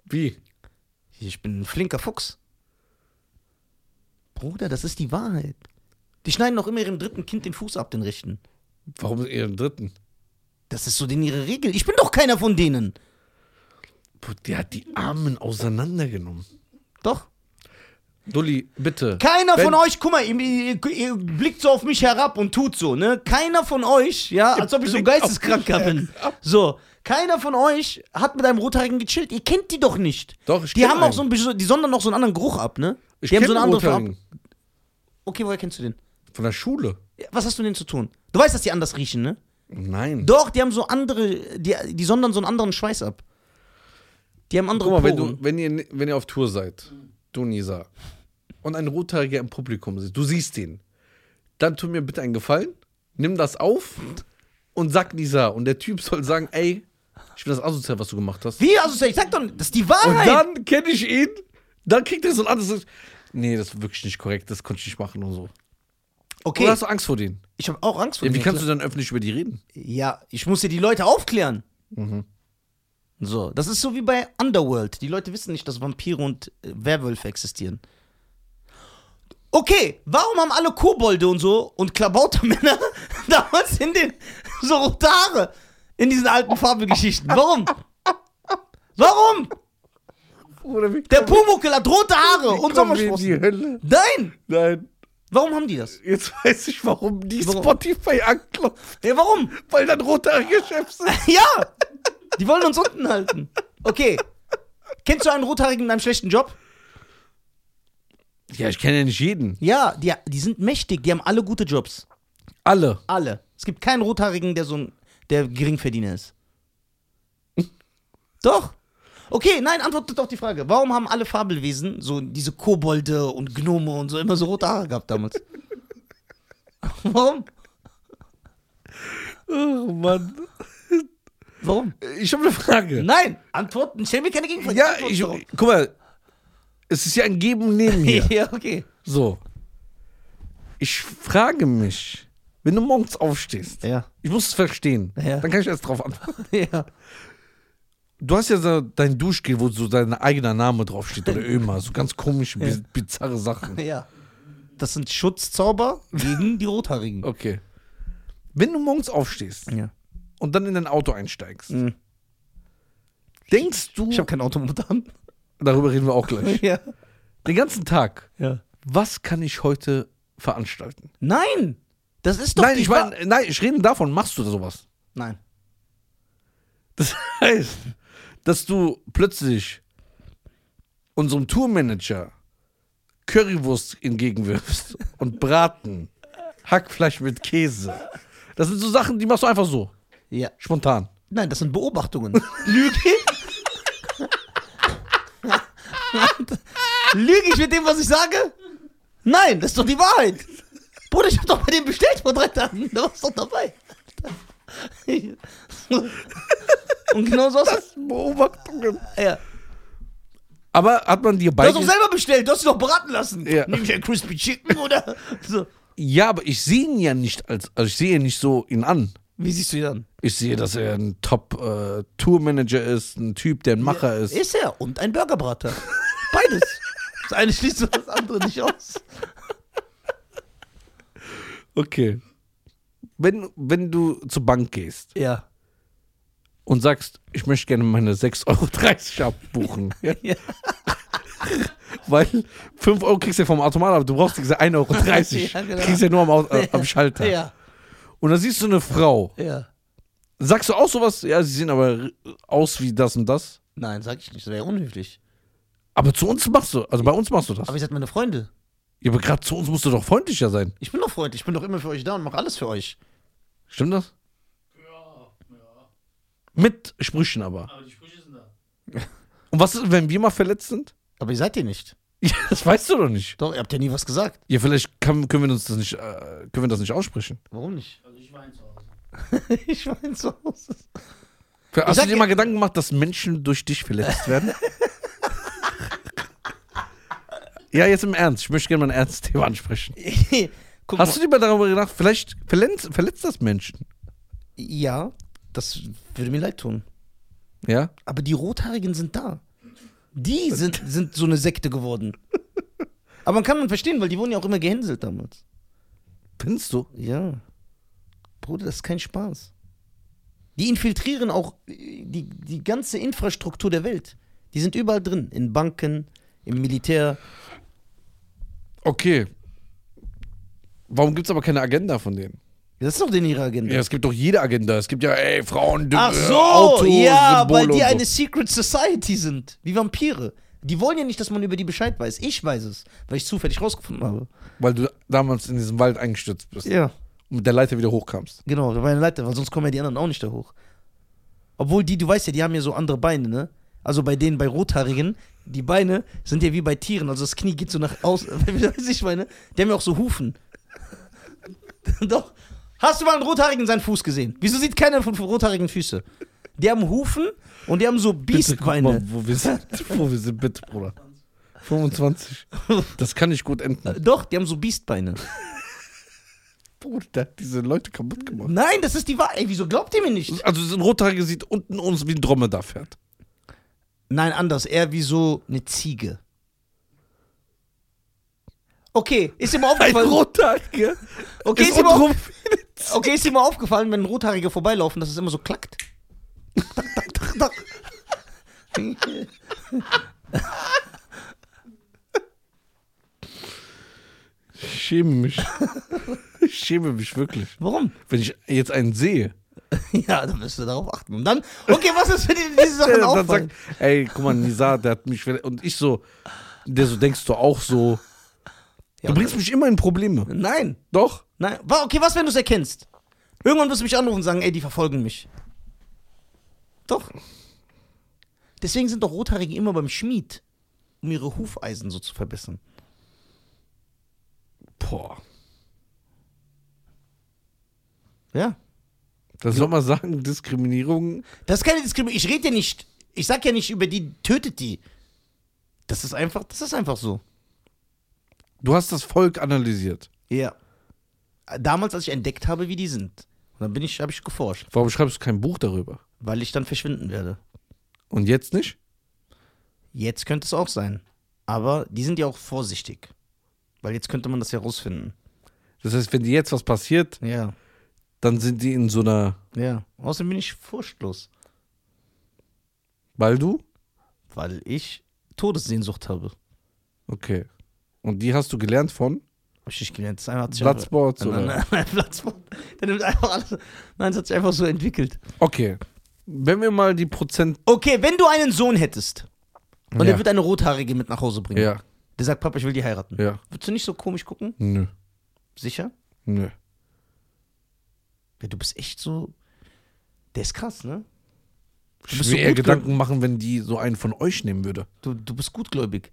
Speaker 2: Wie?
Speaker 1: Ich bin ein flinker Fuchs. Bruder, das ist die Wahrheit. Die schneiden auch immer ihrem dritten Kind den Fuß ab, den rechten.
Speaker 2: Warum eher im dritten?
Speaker 1: Das ist so denen ihre Regel. Ich bin doch keiner von denen.
Speaker 2: Puh, der hat die Armen auseinandergenommen.
Speaker 1: Doch.
Speaker 2: Dulli, bitte.
Speaker 1: Keiner
Speaker 2: Wenn-
Speaker 1: von euch, guck mal, ihr, ihr, ihr blickt so auf mich herab und tut so, ne? Keiner von euch, ja, als ob ich so
Speaker 2: blickt auf
Speaker 1: geisteskranker bin. So, keiner von euch hat mit einem Rothaarigen gechillt. Ihr kennt die doch nicht.
Speaker 2: Doch, ich
Speaker 1: Die
Speaker 2: kenn
Speaker 1: haben auch
Speaker 2: einen.
Speaker 1: so ein bisschen, die sondern noch so einen anderen Geruch ab, ne?
Speaker 2: Ich
Speaker 1: die haben so
Speaker 2: kenne
Speaker 1: eine andere Farbe.
Speaker 2: Rothaarigen.
Speaker 1: Okay, woher kennst du den?
Speaker 2: Von der Schule?
Speaker 1: Ja, Was hast du denn zu tun? Du weißt, dass die anders riechen, ne?
Speaker 2: Nein.
Speaker 1: Doch, die haben so andere, die, die sondern so einen anderen Schweiß ab. Die Die haben andere
Speaker 2: Guck mal, wenn,
Speaker 1: Poren.
Speaker 2: du, wenn, ihr, wenn ihr auf Tour seid, du und Nisa, und ein Rothaariger im Publikum sitzt, du siehst ihn, dann tu mir bitte einen Gefallen, nimm das auf und sag Nisa. Und der Typ soll sagen, ey, ich bin das asozial, was du gemacht hast.
Speaker 1: Wie? Also, ich sag doch, das ist die
Speaker 2: Und
Speaker 1: Wahrheit.
Speaker 2: dann kenne ich ihn, dann kriegt er so ein anderes. Nee, das ist wirklich nicht korrekt, das konnte ich nicht machen und so.
Speaker 1: okay,
Speaker 2: Oder hast du Angst vor denen?
Speaker 1: ich habe auch Angst vor
Speaker 2: Ja, wie
Speaker 1: denen,
Speaker 2: kannst du dann öffentlich über die reden?
Speaker 1: Ja, ich muss ja die Leute aufklären. So, das ist so wie bei Underworld. Die Leute wissen nicht, dass Vampire und äh, Werwölfe existieren. Okay, warum haben alle Kobolde und so und Klabautermänner damals in den so rote Haare in diesen alten Fabelgeschichten? Warum? Warum?
Speaker 2: Oder wie?
Speaker 1: Der Pumuckel hat rote Haare und Sommersprossen.
Speaker 2: Hölle.
Speaker 1: Nein!
Speaker 2: Nein,
Speaker 1: Warum haben die das?
Speaker 2: jetzt weiß ich, warum die
Speaker 1: Warum?
Speaker 2: Spotify anklopft.
Speaker 1: Ja, warum?
Speaker 2: Weil dann rothaarige Chefs sind.
Speaker 1: Ja! Die wollen uns unten halten. Okay. Kennst du einen Rothaarigen in einem schlechten Job?
Speaker 2: Ja, ich kenne ja nicht jeden.
Speaker 1: Ja, die, die sind mächtig, die haben alle gute Jobs.
Speaker 2: Alle.
Speaker 1: Alle. Es gibt keinen Rothaarigen, der so ein, der Geringverdiener ist. Doch. Okay, nein, antwortet doch die Frage. Warum haben alle Fabelwesen, so diese Kobolde und Gnome und so, immer so rote Haare gehabt damals? Warum?
Speaker 2: Oh Mann.
Speaker 1: Warum?
Speaker 2: Ich habe eine Frage.
Speaker 1: Nein, antworten, stell mir keine Gegenfrage.
Speaker 2: Ja,
Speaker 1: Antwort
Speaker 2: ich.
Speaker 1: doch.
Speaker 2: Guck mal. Es ist ja ein Geben und Nehmen hier.
Speaker 1: Ja, okay.
Speaker 2: So. Ich frage mich, wenn du morgens aufstehst,
Speaker 1: Ja.
Speaker 2: ich muss es verstehen,
Speaker 1: Ja.
Speaker 2: dann kann ich erst drauf antworten.
Speaker 1: ja.
Speaker 2: Du hast ja so dein Duschgel, wo so dein eigener Name draufsteht oder Ömer, so ganz komische, bi- bizarre Sachen.
Speaker 1: Ja. Das sind Schutzzauber gegen die Rothaarigen.
Speaker 2: Okay. Wenn du morgens aufstehst
Speaker 1: Ja.
Speaker 2: und dann in dein Auto einsteigst,
Speaker 1: Mhm.
Speaker 2: denkst du,
Speaker 1: Ich habe kein Automotan.
Speaker 2: darüber reden wir auch gleich,
Speaker 1: Ja.
Speaker 2: den ganzen Tag,
Speaker 1: ja.
Speaker 2: was kann ich heute veranstalten?
Speaker 1: Nein! Das ist doch
Speaker 2: nein,
Speaker 1: die
Speaker 2: ich
Speaker 1: Wa-
Speaker 2: meine, nein, ich rede davon, machst du sowas?
Speaker 1: Nein.
Speaker 2: Das heißt, dass du plötzlich unserem Tourmanager Currywurst entgegenwirfst und Braten, Hackfleisch mit Käse. Das sind so Sachen, die machst du einfach so,
Speaker 1: Ja.
Speaker 2: spontan.
Speaker 1: Nein, das sind Beobachtungen. Lüge. Lüge ich mit dem, was ich sage? Nein, das ist doch die Wahrheit. Bruder, ich hab doch bei dem bestellt vor drei Tagen. Da warst du doch dabei. Und genau so ist
Speaker 2: Beobachtungen.
Speaker 1: ja.
Speaker 2: Aber hat man dir
Speaker 1: Du hast doch
Speaker 2: beigebracht?
Speaker 1: selber bestellt, du hast dich doch beraten lassen.
Speaker 2: Ja.
Speaker 1: Nimm ich ein Crispy Chicken oder so.
Speaker 2: Ja, aber ich sehe ihn ja nicht als, also ich sehe ihn nicht so ihn an.
Speaker 1: Wie siehst du ihn an?
Speaker 2: Ich sehe, dass er ein Top-Tourmanager ist, ein Typ, der ein Macher ist.
Speaker 1: Ist er. Und ein Burgerbrater. Beides. Das eine schließt das andere nicht aus.
Speaker 2: Okay. Wenn, wenn du zur Bank gehst,
Speaker 1: Ja.
Speaker 2: und sagst, ich möchte gerne meine 6,30 Euro abbuchen.
Speaker 1: Ja.
Speaker 2: Weil 5 Euro kriegst du ja vom Automat, aber du brauchst diese 1,30 Euro.
Speaker 1: Ja, genau.
Speaker 2: Kriegst du ja nur am, Au- äh, am Schalter.
Speaker 1: Ja.
Speaker 2: Und dann siehst du eine Frau.
Speaker 1: Ja.
Speaker 2: Sagst du auch sowas? Ja, sie sehen aber r- aus wie das und das.
Speaker 1: Nein, sag ich nicht. Das wäre unhöflich.
Speaker 2: Aber zu uns machst du, also bei uns machst du das.
Speaker 1: Aber ihr seid meine Freunde.
Speaker 2: Ja, aber gerade zu uns musst du doch freundlicher sein.
Speaker 1: Ich bin doch freundlich. Ich bin doch immer für euch da und mache alles für euch.
Speaker 2: Stimmt das?
Speaker 3: Ja, ja.
Speaker 2: Mit Sprüchen aber.
Speaker 3: Aber die Sprüche sind da.
Speaker 2: Und was ist, wenn wir mal verletzt sind?
Speaker 1: Aber ihr seid ihr nicht.
Speaker 2: Ja, das weißt du doch nicht.
Speaker 1: Doch, ihr habt ja nie was gesagt.
Speaker 2: Ja, vielleicht kann, können wir uns das nicht, äh, können wir das nicht aussprechen.
Speaker 1: Warum nicht?
Speaker 3: Also ich weine zu Hause.
Speaker 1: ich war in so Hause.
Speaker 2: Hast
Speaker 1: sag
Speaker 2: du dir
Speaker 1: ja-
Speaker 2: mal Gedanken gemacht, dass Menschen durch dich verletzt werden? ja, jetzt im Ernst. Ich möchte gerne mal ein ernstes Thema ansprechen.
Speaker 1: Guck
Speaker 2: Hast du dir mal darüber gedacht, vielleicht verletzt, verletzt das Menschen?
Speaker 1: Ja, das würde mir leid tun.
Speaker 2: Ja?
Speaker 1: Aber die Rothaarigen sind da. Die sind, sind so eine Sekte geworden. Aber man kann man verstehen, weil die wurden ja auch immer gehänselt damals.
Speaker 2: Findest du?
Speaker 1: Ja. Bruder, das ist kein Spaß. Die infiltrieren auch äh, die, die ganze Infrastruktur der Welt. Die sind überall drin. In Banken, im Militär.
Speaker 2: Okay. Warum gibt es aber keine Agenda von denen?
Speaker 1: Das ist doch denen ihre Agenda.
Speaker 2: Ja, es gibt doch jede Agenda. Es gibt ja, ey, Frauen,
Speaker 1: Ach
Speaker 2: äh,
Speaker 1: so,
Speaker 2: Autos,
Speaker 1: ja,
Speaker 2: Symbole
Speaker 1: weil
Speaker 2: und
Speaker 1: die
Speaker 2: so.
Speaker 1: eine Secret Society sind. Wie Vampire. Die wollen ja nicht, dass man über die Bescheid weiß. Ich weiß es, weil ich zufällig rausgefunden habe.
Speaker 2: Weil du damals in diesem Wald eingestürzt bist
Speaker 1: Ja.
Speaker 2: und mit der Leiter wieder hochkamst.
Speaker 1: Genau, da war eine Leiter, weil sonst kommen ja die anderen auch nicht da hoch. Obwohl die, du weißt ja, die haben ja so andere Beine, ne? also bei denen, bei Rothaarigen, die Beine sind ja wie bei Tieren, also das Knie geht so nach außen. Weißt du, ich meine, die haben ja auch so Hufen. Doch. Hast du mal einen Rothaarigen seinen Fuß gesehen? Wieso sieht keiner von Rothaarigen Füße? Die haben Hufen und die haben so
Speaker 2: Bitte guck
Speaker 1: Biestbeine.
Speaker 2: mal, wo wir sind. Wo wir sind, bitte, Bruder. 25. Das kann nicht gut enden.
Speaker 1: Doch, die haben so Biestbeine.
Speaker 2: Bruder, der hat diese Leute kaputt gemacht.
Speaker 1: Nein, das ist die Wahrheit. Ey, wieso glaubt ihr mir nicht?
Speaker 2: Also ein Rothaarige sieht unten uns wie ein Dromedar fährt.
Speaker 1: Nein, anders. Eher wie so eine Ziege. Okay, ist dir mal
Speaker 2: Ein
Speaker 1: aufgefallen,
Speaker 2: Rothaarige
Speaker 1: Okay,
Speaker 2: ist
Speaker 1: ist aber auch-
Speaker 2: untenrum wie eine Z-
Speaker 1: okay, ist dir mal aufgefallen wenn Rothaarige vorbeilaufen, dass es immer so klackt? Tak, tak, tak, tak.
Speaker 2: Ich schäme mich. Ich schäme mich wirklich.
Speaker 1: Warum?
Speaker 2: Wenn ich jetzt einen sehe,
Speaker 1: Ja, dann müsst ihr darauf achten. Und dann, okay, was ist, wenn dir diese Sachen
Speaker 2: der dann
Speaker 1: auffallen?
Speaker 2: sagt, ey, guck mal, Nisa, der hat mich verletzt. Und ich so, der so, denkst du auch so.
Speaker 1: Ja, ne?
Speaker 2: Du bringst mich immer in Probleme.
Speaker 1: Nein,
Speaker 2: Doch?
Speaker 1: nein. Wa- Okay, was, wenn du es erkennst? Irgendwann wirst du mich anrufen und sagen, ey, die verfolgen mich. Doch. Deswegen sind doch Rothaarige immer beim Schmied, um ihre Hufeisen so zu verbessern.
Speaker 2: Boah.
Speaker 1: Ja.
Speaker 2: Dann soll man sagen, Diskriminierung.
Speaker 1: Das ist keine Diskriminierung. Ich rede ja nicht, ich sag ja nicht über die, tötet die. Das ist einfach, das ist einfach so.
Speaker 2: Du hast das Volk analysiert.
Speaker 1: Ja. Damals, als ich entdeckt habe, wie die sind. Und dann bin ich, habe ich geforscht,
Speaker 2: Warum schreibst du kein Buch darüber?
Speaker 1: weil ich dann verschwinden werde.
Speaker 2: Und jetzt nicht?
Speaker 1: Jetzt könnte es auch sein. Aber die sind ja auch vorsichtig. Weil jetzt könnte man das ja rausfinden.
Speaker 2: Das heißt, wenn dir jetzt was passiert,
Speaker 1: Ja.
Speaker 2: dann sind die in so einer.
Speaker 1: Ja. Außerdem bin ich furchtlos,
Speaker 2: Weil du?
Speaker 1: weil ich Todessehnsucht habe.
Speaker 2: Okay. Und die hast du gelernt von?
Speaker 1: Hab ich nicht gelernt. Das hat sich
Speaker 2: Platzboards
Speaker 1: einfach,
Speaker 2: oder?
Speaker 1: Nein, nein, Platzboard. Der nimmt einfach alles. Nein, es hat sich einfach so entwickelt.
Speaker 2: Okay. Wenn wir mal die Prozent.
Speaker 1: Okay, wenn du einen Sohn hättest und
Speaker 2: ja.
Speaker 1: der wird eine Rothaarige mit nach Hause bringen,
Speaker 2: Ja,
Speaker 1: der sagt, Papa, ich will die heiraten.
Speaker 2: ja.
Speaker 1: Würdest du nicht so komisch gucken?
Speaker 2: Nö.
Speaker 1: Sicher?
Speaker 2: Nö.
Speaker 1: Ja, du bist echt so. Der ist krass, ne?
Speaker 2: Ich
Speaker 1: bist
Speaker 2: will
Speaker 1: so
Speaker 2: eher
Speaker 1: gut
Speaker 2: Gedanken machen, wenn die so einen von euch nehmen würde.
Speaker 1: Du, du bist gutgläubig.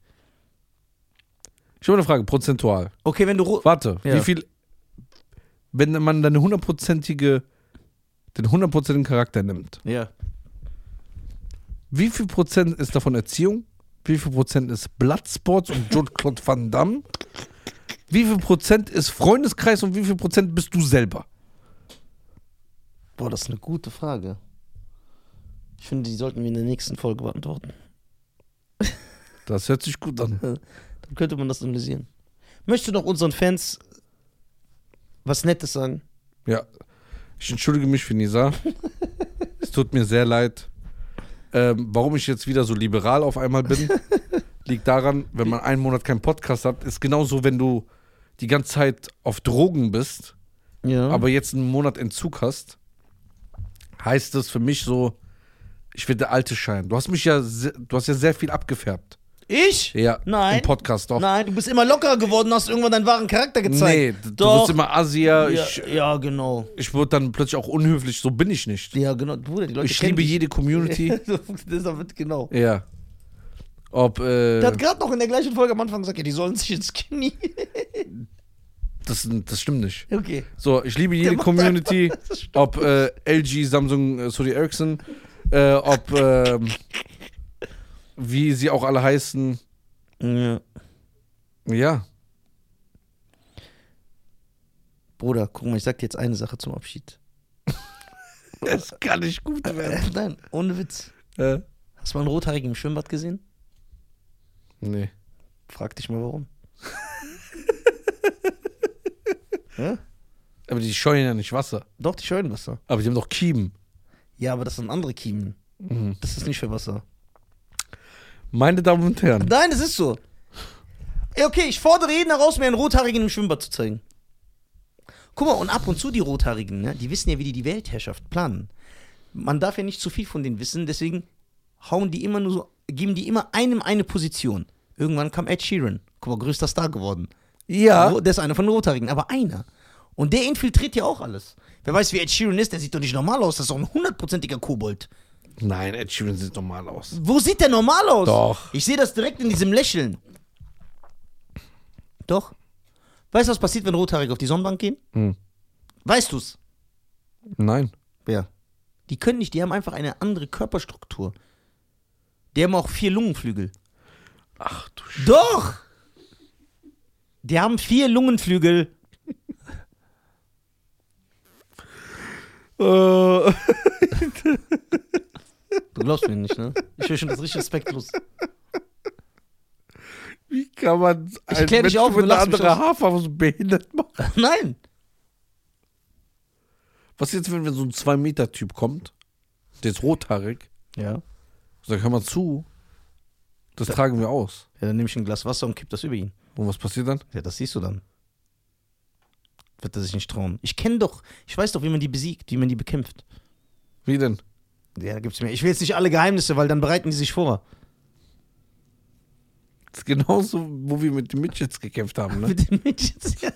Speaker 2: Ich habe eine Frage, prozentual.
Speaker 1: Okay, wenn du. Ro
Speaker 2: Warte,
Speaker 1: Ja.
Speaker 2: wie viel. Wenn man deine hundertprozentige. den hundertprozentigen Charakter nimmt,
Speaker 1: ja.
Speaker 2: wie viel Prozent ist davon Erziehung? Wie viel Prozent ist Bloodsports und Jean-Claude Van Damme? Wie viel Prozent ist Freundeskreis und wie viel Prozent bist du selber?
Speaker 1: Boah, das ist eine gute Frage. Ich finde, die sollten wir in der nächsten Folge beantworten.
Speaker 2: Das hört sich gut an.
Speaker 1: Dann könnte man das analysieren. Möchtest du noch unseren Fans was Nettes sagen?
Speaker 2: Ja. Ich entschuldige mich für Nisa. es tut mir sehr leid. Ähm, warum ich jetzt wieder so liberal auf einmal bin, liegt daran, wenn man einen Monat keinen Podcast hat, ist genauso, wenn du die ganze Zeit auf Drogen bist,
Speaker 1: Ja.
Speaker 2: aber jetzt einen Monat Entzug hast, heißt es für mich so, ich werde der alte Schein. Du hast mich ja, se- du hast ja sehr viel abgefärbt.
Speaker 1: ich?
Speaker 2: Ja,
Speaker 1: Nein.
Speaker 2: im Podcast doch.
Speaker 1: Nein, du bist immer lockerer geworden und hast irgendwann deinen wahren Charakter
Speaker 2: nee,
Speaker 1: gezeigt.
Speaker 2: du
Speaker 1: Doch.
Speaker 2: bist immer
Speaker 1: ja,
Speaker 2: Asier. Ich,
Speaker 1: ja, genau.
Speaker 2: ich wurde dann plötzlich auch unhöflich. So bin ich nicht.
Speaker 1: Ja, genau. Bruder, die Leute
Speaker 2: Ich
Speaker 1: kennen
Speaker 2: liebe
Speaker 1: dich.
Speaker 2: jede Community.
Speaker 1: so funktioniert das damit genau.
Speaker 2: ja. Ob äh,
Speaker 1: Der hat gerade noch in der gleichen Folge am Anfang gesagt, ja, die sollen sich ins Knie.
Speaker 2: das, das stimmt nicht.
Speaker 1: Okay.
Speaker 2: So, ich liebe
Speaker 1: Der
Speaker 2: jede
Speaker 1: macht
Speaker 2: Community.
Speaker 1: einfach- das stimmt.
Speaker 2: Ob äh, LG, Samsung, äh, Sony Ericsson, äh, ob ähm, wie sie auch alle heißen.
Speaker 1: Ja.
Speaker 2: Ja,
Speaker 1: Bruder, guck mal, ich sag dir jetzt eine Sache zum Abschied.
Speaker 2: es kann nicht gut werden.
Speaker 1: Äh, nein, ohne Witz.
Speaker 2: Äh,
Speaker 1: Hast du mal einen Rothaarigen im Schwimmbad gesehen?
Speaker 2: nee.
Speaker 1: Frag dich mal warum.
Speaker 2: Aber die scheuen ja nicht Wasser.
Speaker 1: Doch, die scheuen Wasser.
Speaker 2: Aber die haben doch Kiemen.
Speaker 1: Ja, aber das sind andere Kiemen.
Speaker 2: Mhm.
Speaker 1: Das ist nicht für Wasser.
Speaker 2: Meine Damen und Herren,
Speaker 1: Nein, das ist so. Ey, Okay, ich fordere jeden heraus, mir einen Rothaarigen im Schwimmbad zu zeigen. Guck mal, und ab und zu die Rothaarigen, ne, die wissen ja, wie die die Weltherrschaft planen. Man darf ja nicht zu viel von denen wissen, deswegen hauen die immer nur so, geben die immer einem eine Position. Irgendwann kam Ed Sheeran, guck mal, größter Star geworden.
Speaker 2: ja,
Speaker 1: Ro- Der ist einer von den Rothaarigen, aber einer. Und der infiltriert ja auch alles. Wer weiß, wie Ed Sheeran ist, der sieht doch nicht normal aus, das ist doch ein hundertprozentiger Kobold.
Speaker 2: Nein, Ed Sheeran sieht normal aus.
Speaker 1: Wo sieht der normal aus?
Speaker 2: Doch.
Speaker 1: Ich sehe das direkt in diesem Lächeln. Doch. Weißt du, was passiert, wenn Rothaarige auf die Sonnenbank gehen?
Speaker 2: Hm.
Speaker 1: Weißt du's?
Speaker 2: Nein.
Speaker 1: Wer? Die können nicht, die haben einfach eine andere Körperstruktur. Die haben auch vier Lungenflügel.
Speaker 2: Ach du Sch
Speaker 1: Doch! Die haben vier Lungenflügel.
Speaker 2: äh,
Speaker 1: Du glaubst mir nicht, ne? Ich höre schon das ist richtig respektlos.
Speaker 2: Wie kann man einen
Speaker 1: klär dich
Speaker 2: Menschen
Speaker 1: auf, du
Speaker 2: mit einer
Speaker 1: lachst mich
Speaker 2: anderen
Speaker 1: aus.
Speaker 2: Haarfarbe so behindert machen?
Speaker 1: Nein!
Speaker 2: Was jetzt, wenn wenn so ein 2-Meter-Typ kommt, der ist rothaarig,
Speaker 1: Ja.
Speaker 2: sagt, hör mal zu, das tragen wir aus.
Speaker 1: Ja, dann nehme ich ein Glas Wasser und kipp das über ihn.
Speaker 2: Und was passiert dann?
Speaker 1: Ja, das siehst du dann. Wird er sich nicht trauen. Ich kenne doch, ich weiß doch, wie man die besiegt, wie man die bekämpft.
Speaker 2: Wie denn?
Speaker 1: Ja, da gibt's mehr. Ich will jetzt nicht alle Geheimnisse, weil dann bereiten die sich vor.
Speaker 2: Das ist genauso, wo wir mit den Midgets gekämpft haben, ne?
Speaker 1: Mit den Midgets, ja.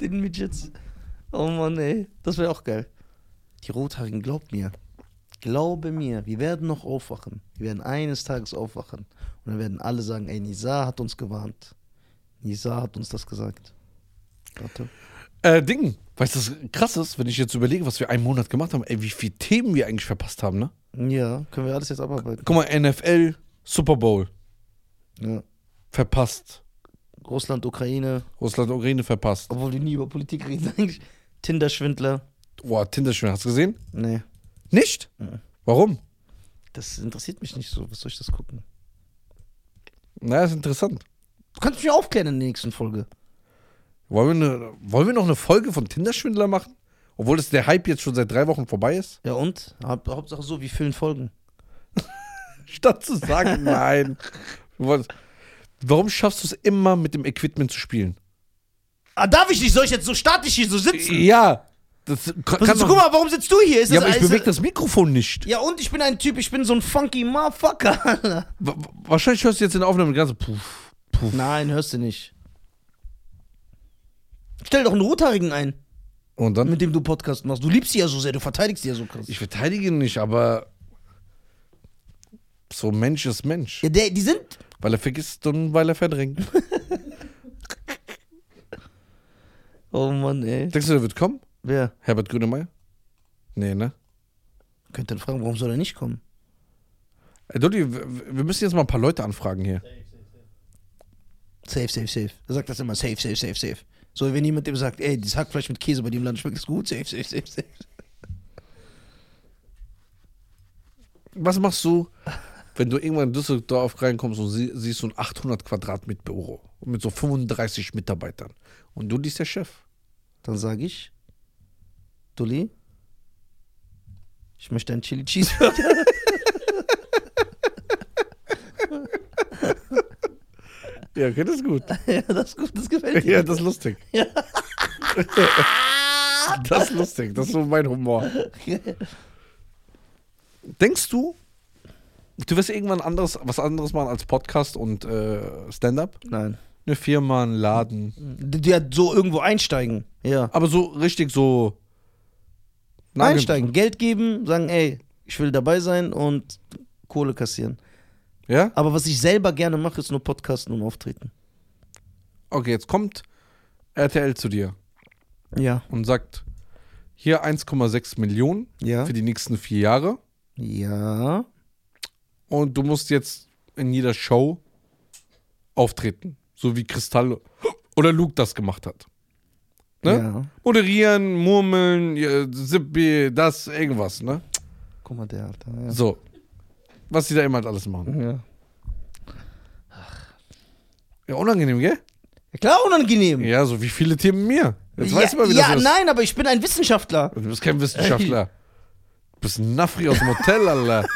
Speaker 1: den Midgets. Oh Mann, ey. Das wäre auch geil. Die Rothaarigen, glaub mir. Glaube mir, wir werden noch aufwachen. Wir werden eines Tages aufwachen. Und dann werden alle sagen, ey, Nisa hat uns gewarnt. Nisa hat uns das gesagt. Warte.
Speaker 2: Äh, Ding, weißt du, was krass ist, wenn ich jetzt überlege, was wir einen Monat gemacht haben, ey, wie viele Themen wir eigentlich verpasst haben, ne?
Speaker 1: Ja, können wir alles jetzt abarbeiten.
Speaker 2: Guck mal, NFL, Super Bowl,
Speaker 1: Ja.
Speaker 2: verpasst.
Speaker 1: Russland, Ukraine,
Speaker 2: Russland, Ukraine verpasst.
Speaker 1: obwohl wir nie über Politik reden eigentlich. Tinder-Schwindler.
Speaker 2: Boah, Tinder-Schwindel, hast du gesehen?
Speaker 1: Nee,
Speaker 2: Nicht? Warum?
Speaker 1: das interessiert mich nicht so. Was soll ich das gucken?
Speaker 2: Na, ist interessant.
Speaker 1: Du kannst mich aufklären in der nächsten Folge.
Speaker 2: Wollen wir, ne, wollen wir noch eine Folge von Tinder-Schwindler machen? Obwohl das der Hype jetzt schon seit drei Wochen vorbei ist?
Speaker 1: Ja und? Haupt- Hauptsache so, wir füllen Folgen.
Speaker 2: Statt zu sagen, nein. Wir wollen- Warum schaffst du es immer, mit dem Equipment zu spielen?
Speaker 1: Ah, darf ich nicht? Soll ich jetzt so statisch hier so sitzen?
Speaker 2: Ja. Das kann,
Speaker 1: Was,
Speaker 2: kann
Speaker 1: Äh, guck mal, warum sitzt du hier? Ist
Speaker 2: ja,
Speaker 1: das-
Speaker 2: aber ich
Speaker 1: ist-
Speaker 2: bewege das Mikrofon nicht.
Speaker 1: Ja und ich bin ein Typ, ich bin so ein funky Motherfucker. Alter.
Speaker 2: Wa- wa- Wahrscheinlich hörst du jetzt in der Aufnahme die ganze Puff, Puff.
Speaker 1: Nein, hörst du nicht. Stell doch einen Rothaarigen ein,
Speaker 2: Und dann?
Speaker 1: mit dem du Podcast machst. Du liebst sie ja so sehr, du verteidigst sie ja so krass.
Speaker 2: Ich verteidige ihn nicht, aber so Mensch ist Mensch.
Speaker 1: Ja, der, die sind
Speaker 2: Weil er vergisst und weil er verdrängt.
Speaker 1: Oh Mann, ey.
Speaker 2: Denkst du, der wird kommen?
Speaker 1: Wer?
Speaker 2: Herbert Grönemeyer? Nee, ne?
Speaker 1: Könnt dann fragen, warum soll er nicht kommen?
Speaker 2: Ey, Dolly, w- w- wir müssen jetzt mal ein paar Leute anfragen hier.
Speaker 3: Safe,
Speaker 1: Safe,
Speaker 3: safe, safe.
Speaker 1: safe, safe. Er sagt das immer, safe, safe, safe, safe. So, wenn jemand dem sagt, ey, das Hackfleisch mit Käse bei dem Land schmeckt es gut, safe, safe, safe, safe.
Speaker 2: Was machst du, wenn du irgendwann in Düsseldorf reinkommst und sie siehst so ein 800 Quadratmeter Büro mit so 35 Mitarbeitern und du bist der Chef?
Speaker 1: Dann sage ich, Dulli, ich möchte einen Chili Cheeseburger.
Speaker 2: Ja, okay, das ist gut.
Speaker 1: ja, das ist gut, das gefällt
Speaker 2: Ja,
Speaker 1: dir.
Speaker 2: das ist lustig.
Speaker 1: Ja.
Speaker 2: Das ist lustig, das ist so mein Humor. Denkst du, du wirst irgendwann anderes, was anderes machen als Podcast und äh, Stand-up?
Speaker 1: Nein.
Speaker 2: Eine Firma, einen Laden.
Speaker 1: Die, die hat so irgendwo einsteigen. Ja.
Speaker 2: Aber so richtig so. Nagel-
Speaker 1: Einsteigen, Geld geben, sagen, ey, ich will dabei sein und Kohle kassieren.
Speaker 2: Ja?
Speaker 1: Aber was ich selber gerne mache, ist nur Podcasten und Auftreten.
Speaker 2: Okay, jetzt kommt RTL zu dir
Speaker 1: Ja.
Speaker 2: und sagt: Hier 1,6 Millionen
Speaker 1: Ja.
Speaker 2: für die nächsten vier Jahre.
Speaker 1: Ja.
Speaker 2: Und du musst jetzt in jeder Show auftreten. So wie Kristall oder Luke das gemacht hat. Ne?
Speaker 1: Ja.
Speaker 2: Moderieren, murmeln, ja, Sippi, das, irgendwas, ne?
Speaker 1: Guck mal, der Alter. Ja.
Speaker 2: So. Was die da immer halt alles machen.
Speaker 1: Ja.
Speaker 2: Ja, unangenehm, gell?
Speaker 1: Klar, unangenehm.
Speaker 2: Ja, so wie viele Themen mir. Jetzt
Speaker 1: ja,
Speaker 2: weißt du mal, wie
Speaker 1: ja,
Speaker 2: das ist.
Speaker 1: nein, aber ich bin ein Wissenschaftler.
Speaker 2: Du bist kein Wissenschaftler. Du bist ein Nafri aus dem Hotel, Alter.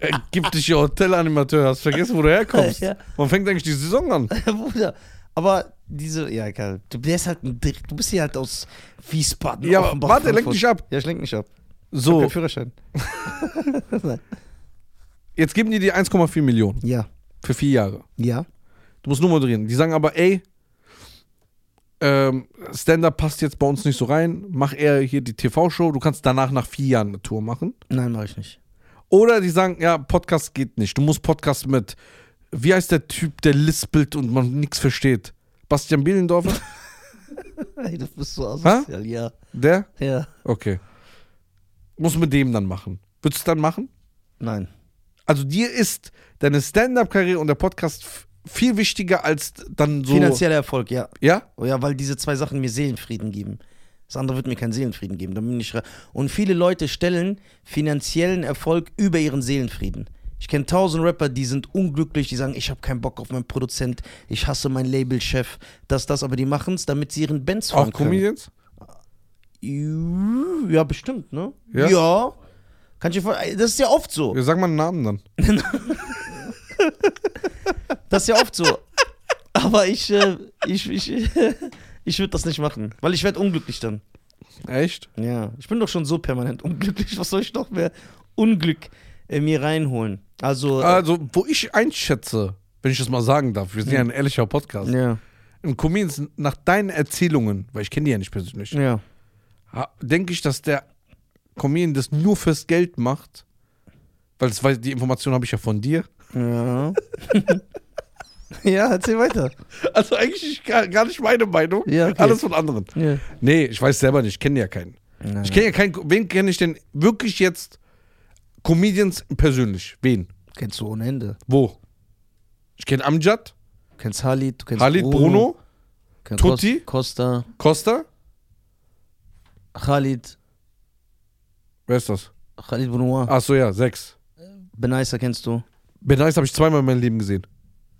Speaker 2: Äh, Gib dich ihr Hotelanimateur. Hast vergessen, wo du herkommst.
Speaker 1: Ja.
Speaker 2: Wann fängt eigentlich die Saison an?
Speaker 1: Bruder. Aber diese, ja, egal. Du, der ist halt ein Dreck. Du bist hier halt aus Wiesbaden.
Speaker 2: Ja,
Speaker 1: Offenbach,
Speaker 2: warte, lenk
Speaker 1: Frankfurt.
Speaker 2: dich ab.
Speaker 1: Ja, ich lenk nicht ab. Ich hab
Speaker 2: So,
Speaker 1: keinen Führerschein. Nein.
Speaker 2: jetzt geben die dir 1,4 Millionen
Speaker 1: Ja,
Speaker 2: für vier Jahre.
Speaker 1: ja.
Speaker 2: Du musst nur moderieren. Die sagen aber, ey, ähm, Stand-up passt jetzt bei uns nicht so rein, mach eher hier die TV-Show, du kannst danach nach vier Jahren eine Tour machen.
Speaker 1: Nein, mache ich nicht.
Speaker 2: Oder die sagen, ja, Podcast geht nicht, du musst Podcast mit, wie heißt der Typ, der lispelt und man nichts versteht? Bastian Bielendorfer?
Speaker 1: Ey, das bist du asozial, ja.
Speaker 2: der?
Speaker 1: Ja.
Speaker 2: Okay. Muss mit dem dann machen. Würdest du es dann machen?
Speaker 1: Nein.
Speaker 2: Also dir ist deine Stand-up-Karriere und der Podcast f- viel wichtiger als dann so.
Speaker 1: Finanzieller Erfolg, ja.
Speaker 2: Ja?
Speaker 1: Oh ja, weil diese zwei Sachen mir Seelenfrieden geben. Das andere wird mir keinen Seelenfrieden geben. Dann bin ich ra- und viele Leute stellen finanziellen Erfolg über ihren Seelenfrieden. Ich kenne tausend Rapper, die sind unglücklich, die sagen, ich habe keinen Bock auf meinen Produzent, ich hasse meinen Labelchef, das, das, aber die machen es, damit sie ihren Bands fahren
Speaker 2: Auch
Speaker 1: können.
Speaker 2: Comedians?
Speaker 1: Ja, bestimmt, ne?
Speaker 2: Ja.
Speaker 1: ja. Kann ich dir vor- das ist ja oft so.
Speaker 2: Ja, sag mal einen Namen dann.
Speaker 1: Das ist ja oft so. Aber ich, äh, ich, ich, ich würde das nicht machen, weil ich werde unglücklich dann.
Speaker 2: Echt?
Speaker 1: Ja, ich bin doch schon so permanent unglücklich. Was soll ich noch mehr Unglück äh, mir reinholen? Also, äh,
Speaker 2: Also, wo ich einschätze, wenn ich das mal sagen darf, wir sind ja ein ehrlicher Podcast.
Speaker 1: ja,
Speaker 2: Ein Comedian, nach deinen Erzählungen, weil ich kenne die ja nicht persönlich,
Speaker 1: ja.
Speaker 2: ha- denke ich, dass der Comedian das nur fürs Geld macht, weil das weiß, die Information habe ich ja von dir.
Speaker 1: Ja. ja, erzähl weiter.
Speaker 2: Also eigentlich nicht- gar, gar nicht meine Meinung,
Speaker 1: Ja, okay.
Speaker 2: alles von anderen.
Speaker 1: Ja.
Speaker 2: Nee, ich weiß selber nicht, ich kenne ja keinen.
Speaker 1: Nein.
Speaker 2: Ich kenne ja keinen, wen kenne ich denn wirklich jetzt Comedians persönlich? Wen?
Speaker 1: Kennst du ohne Ende.
Speaker 2: Wo? Ich kenne Amjad,
Speaker 1: Du kennst Halid, du kennst
Speaker 2: Halid, Bruno,
Speaker 1: kennst Kos-
Speaker 2: Tutti.
Speaker 1: Costa,
Speaker 2: Costa.
Speaker 1: Khalid,
Speaker 2: Wer ist das?
Speaker 1: Khalid Bruno,
Speaker 2: Achso, ja, sechs.
Speaker 1: Benaisa kennst du.
Speaker 2: Ben Nice habe ich zweimal in meinem Leben gesehen.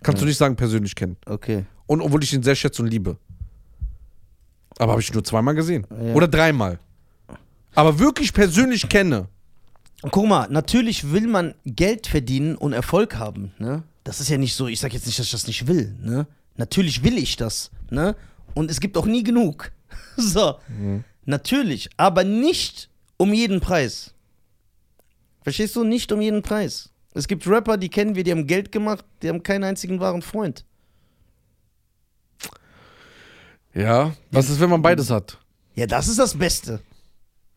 Speaker 2: Kannst du nicht sagen, persönlich kennen.
Speaker 1: Okay.
Speaker 2: Und obwohl ich ihn sehr schätze und liebe. Aber habe ich nur zweimal gesehen.
Speaker 1: Ja.
Speaker 2: Oder dreimal. Aber wirklich persönlich kenne.
Speaker 1: Und guck mal, natürlich will man Geld verdienen und Erfolg haben, ne? Das ist ja nicht so, ich sag jetzt nicht, dass ich das nicht will, ne? Natürlich will ich das, ne? Und es gibt auch nie genug. So. Natürlich, aber nicht um jeden Preis. Verstehst du? Nicht um jeden Preis. Es gibt Rapper, die kennen wir, die haben Geld gemacht, die haben keinen einzigen wahren Freund.
Speaker 2: Ja. Was ist, wenn man beides hat?
Speaker 1: Ja, das ist das Beste.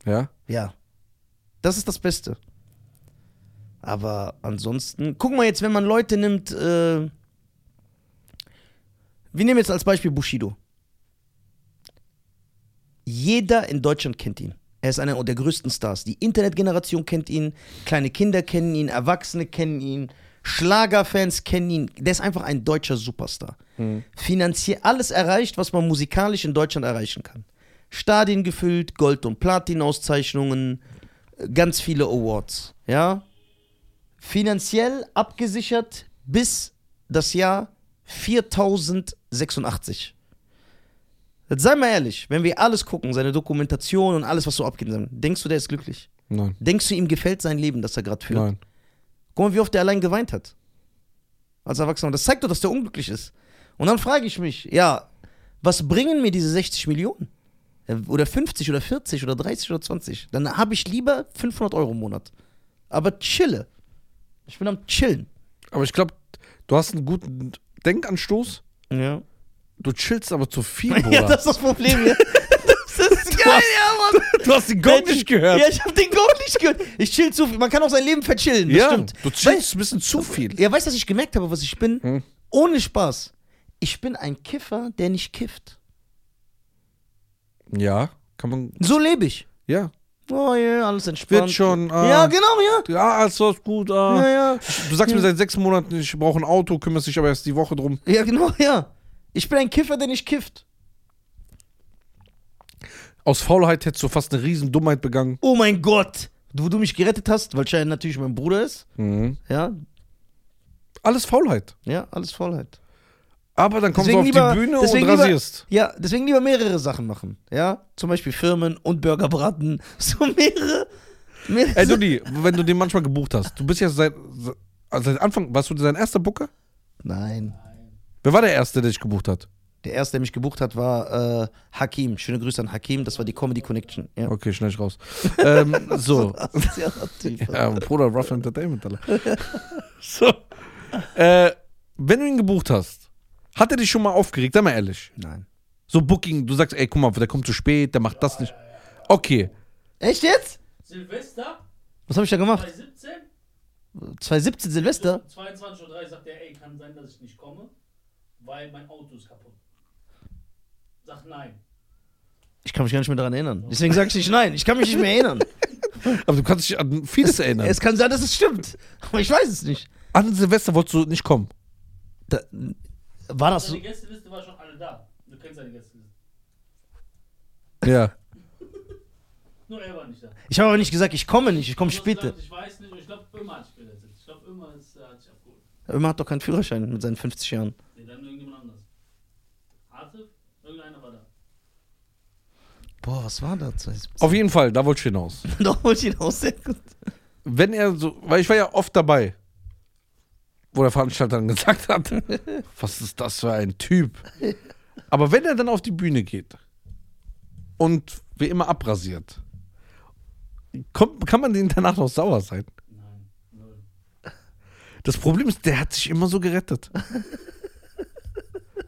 Speaker 2: Ja.
Speaker 1: Ja. Das ist das Beste. Aber ansonsten, guck mal jetzt, wenn man Leute nimmt, äh, wir nehmen jetzt als Beispiel Bushido. Jeder in Deutschland kennt ihn. Er ist einer der größten Stars. Die Internetgeneration kennt ihn, kleine Kinder kennen ihn, Erwachsene kennen ihn, Schlagerfans kennen ihn. Der ist einfach ein deutscher Superstar. Finanziell alles erreicht, was man musikalisch in Deutschland erreichen kann. Stadien gefüllt, Gold- und Platin-Auszeichnungen, ganz viele Awards. Ja? Finanziell abgesichert bis das Jahr 4086. Jetzt sei mal ehrlich, wenn wir alles gucken, seine Dokumentation und alles, was so abgeht, denkst du, der ist glücklich?
Speaker 2: Nein.
Speaker 1: Denkst du, ihm gefällt sein Leben, das er gerade führt?
Speaker 2: Nein.
Speaker 1: Guck mal, wie oft der allein geweint hat. Als Erwachsener. Das zeigt doch, dass der unglücklich ist. Und dann frage ich mich, ja, was bringen mir diese 60 Millionen? Äh, Oder 50 oder 40 oder 30 oder 20? Dann habe ich lieber 500 Euro im Monat. Aber chille. Ich bin am Chillen.
Speaker 2: Aber ich glaube, du hast einen guten Denkanstoß.
Speaker 1: Ja.
Speaker 2: Du chillst aber zu viel, Bruder.
Speaker 1: Ja, das ist das Problem. Ja. Das ist geil, ja, Mann.
Speaker 2: du hast den Gong nicht gehört.
Speaker 1: Ja, ich habe den Gong nicht gehört. Ich chill zu viel. Man kann auch sein Leben verchillen. Das stimmt.
Speaker 2: du chillst ein bisschen zu viel.
Speaker 1: Ja, weißt du, was ich gemerkt habe, was ich bin?
Speaker 2: Hm.
Speaker 1: Ohne Spaß. Ich bin ein Kiffer, der nicht kifft.
Speaker 2: Ja, kann man.
Speaker 1: So lebe ich.
Speaker 2: Ja.
Speaker 1: Oh ja, alles entspannt.
Speaker 2: schon, ah.
Speaker 1: Ja, genau, ja.
Speaker 2: Ja, ist das gut. Ah.
Speaker 1: Ja, ja.
Speaker 2: Du sagst mir seit sechs Monaten, ich brauche ein Auto, kümmerst dich aber erst die Woche drum.
Speaker 1: Ja, genau, ja. Ich bin ein Kiffer, der nicht kifft.
Speaker 2: Aus Faulheit hättest du fast eine riesen Dummheit begangen.
Speaker 1: Oh mein Gott. Du, wo du mich gerettet hast, weil Schein natürlich mein Bruder ist.
Speaker 2: Mhm.
Speaker 1: Ja,
Speaker 2: Alles Faulheit.
Speaker 1: ja, alles Vollheit.
Speaker 2: Aber dann kommst du auf die Bühne und
Speaker 1: deswegen
Speaker 2: rasierst.
Speaker 1: Lieber, ja, deswegen lieber mehrere Sachen machen. Ja, zum Beispiel Firmen und Burgerbraten. So mehrere. mehrere
Speaker 2: Ey, Dudi, wenn du den manchmal gebucht hast, du bist ja seit, also seit Anfang, warst du dein erster Booker?
Speaker 1: Nein.
Speaker 2: Wer war der Erste, der dich gebucht hat?
Speaker 1: Der erste, der mich gebucht hat, war äh, Hakim. Schöne Grüße an Hakim. Das war die Comedy Connection. Ja.
Speaker 2: Okay, schnell ich raus. ähm, so.
Speaker 1: Sehr aktiv.
Speaker 2: Ja, Bruder, Rough Entertainment, Alter. so. Äh, wenn du ihn gebucht hast, hat er dich schon mal aufgeregt? Sei mal ehrlich.
Speaker 1: Nein.
Speaker 2: So Booking, du sagst, ey, guck mal, der kommt zu spät, der macht das nicht. Okay.
Speaker 1: Echt jetzt?
Speaker 3: Silvester
Speaker 1: Was habe ich da gemacht?
Speaker 3: 2017,
Speaker 1: 2017 Silvester?
Speaker 3: 22.03 Uhr sagt er, ey, kann sein, dass ich nicht komme, weil mein Auto ist kaputt. Sagt nein.
Speaker 1: Ich kann mich gar nicht mehr daran erinnern. Deswegen sage ich nicht nein. Ich kann mich nicht mehr erinnern.
Speaker 2: Aber du kannst dich an vieles erinnern.
Speaker 1: Es kann sein, dass es stimmt. Aber ich weiß es nicht.
Speaker 2: An Silvester wolltest du nicht kommen.
Speaker 1: Da, war das so?
Speaker 3: Seine Gästeliste war schon alle da. Du kennst seine Gästeliste.
Speaker 2: Ja.
Speaker 3: Nur er war nicht da.
Speaker 1: Ich habe aber nicht gesagt, ich komme nicht, ich komme
Speaker 3: Du hast
Speaker 1: später.
Speaker 3: gesagt, Ich weiß nicht, aber ich glaube, immer hat sich gerettet. Ich glaube, immer ist, äh, hat sich abgeholt.
Speaker 1: Ömer hat doch keinen Führerschein mit seinen 50 Jahren.
Speaker 3: Nee, dann irgendjemand anders. Harte? Irgendeiner war da.
Speaker 1: Boah, was war das?
Speaker 2: Auf jeden Fall, da wollte ich hinaus.
Speaker 1: Doch, wollte ich hinaus. Sehr gut.
Speaker 2: Wenn er so, weil ich war ja oft dabei, wo der Veranstalter dann gesagt hat, was ist das für ein Typ? Aber wenn er dann auf die Bühne geht und wie immer abrasiert, kommt, kann man den danach noch sauer sein?
Speaker 3: Nein, null.
Speaker 2: Das Problem ist, der hat sich immer so gerettet.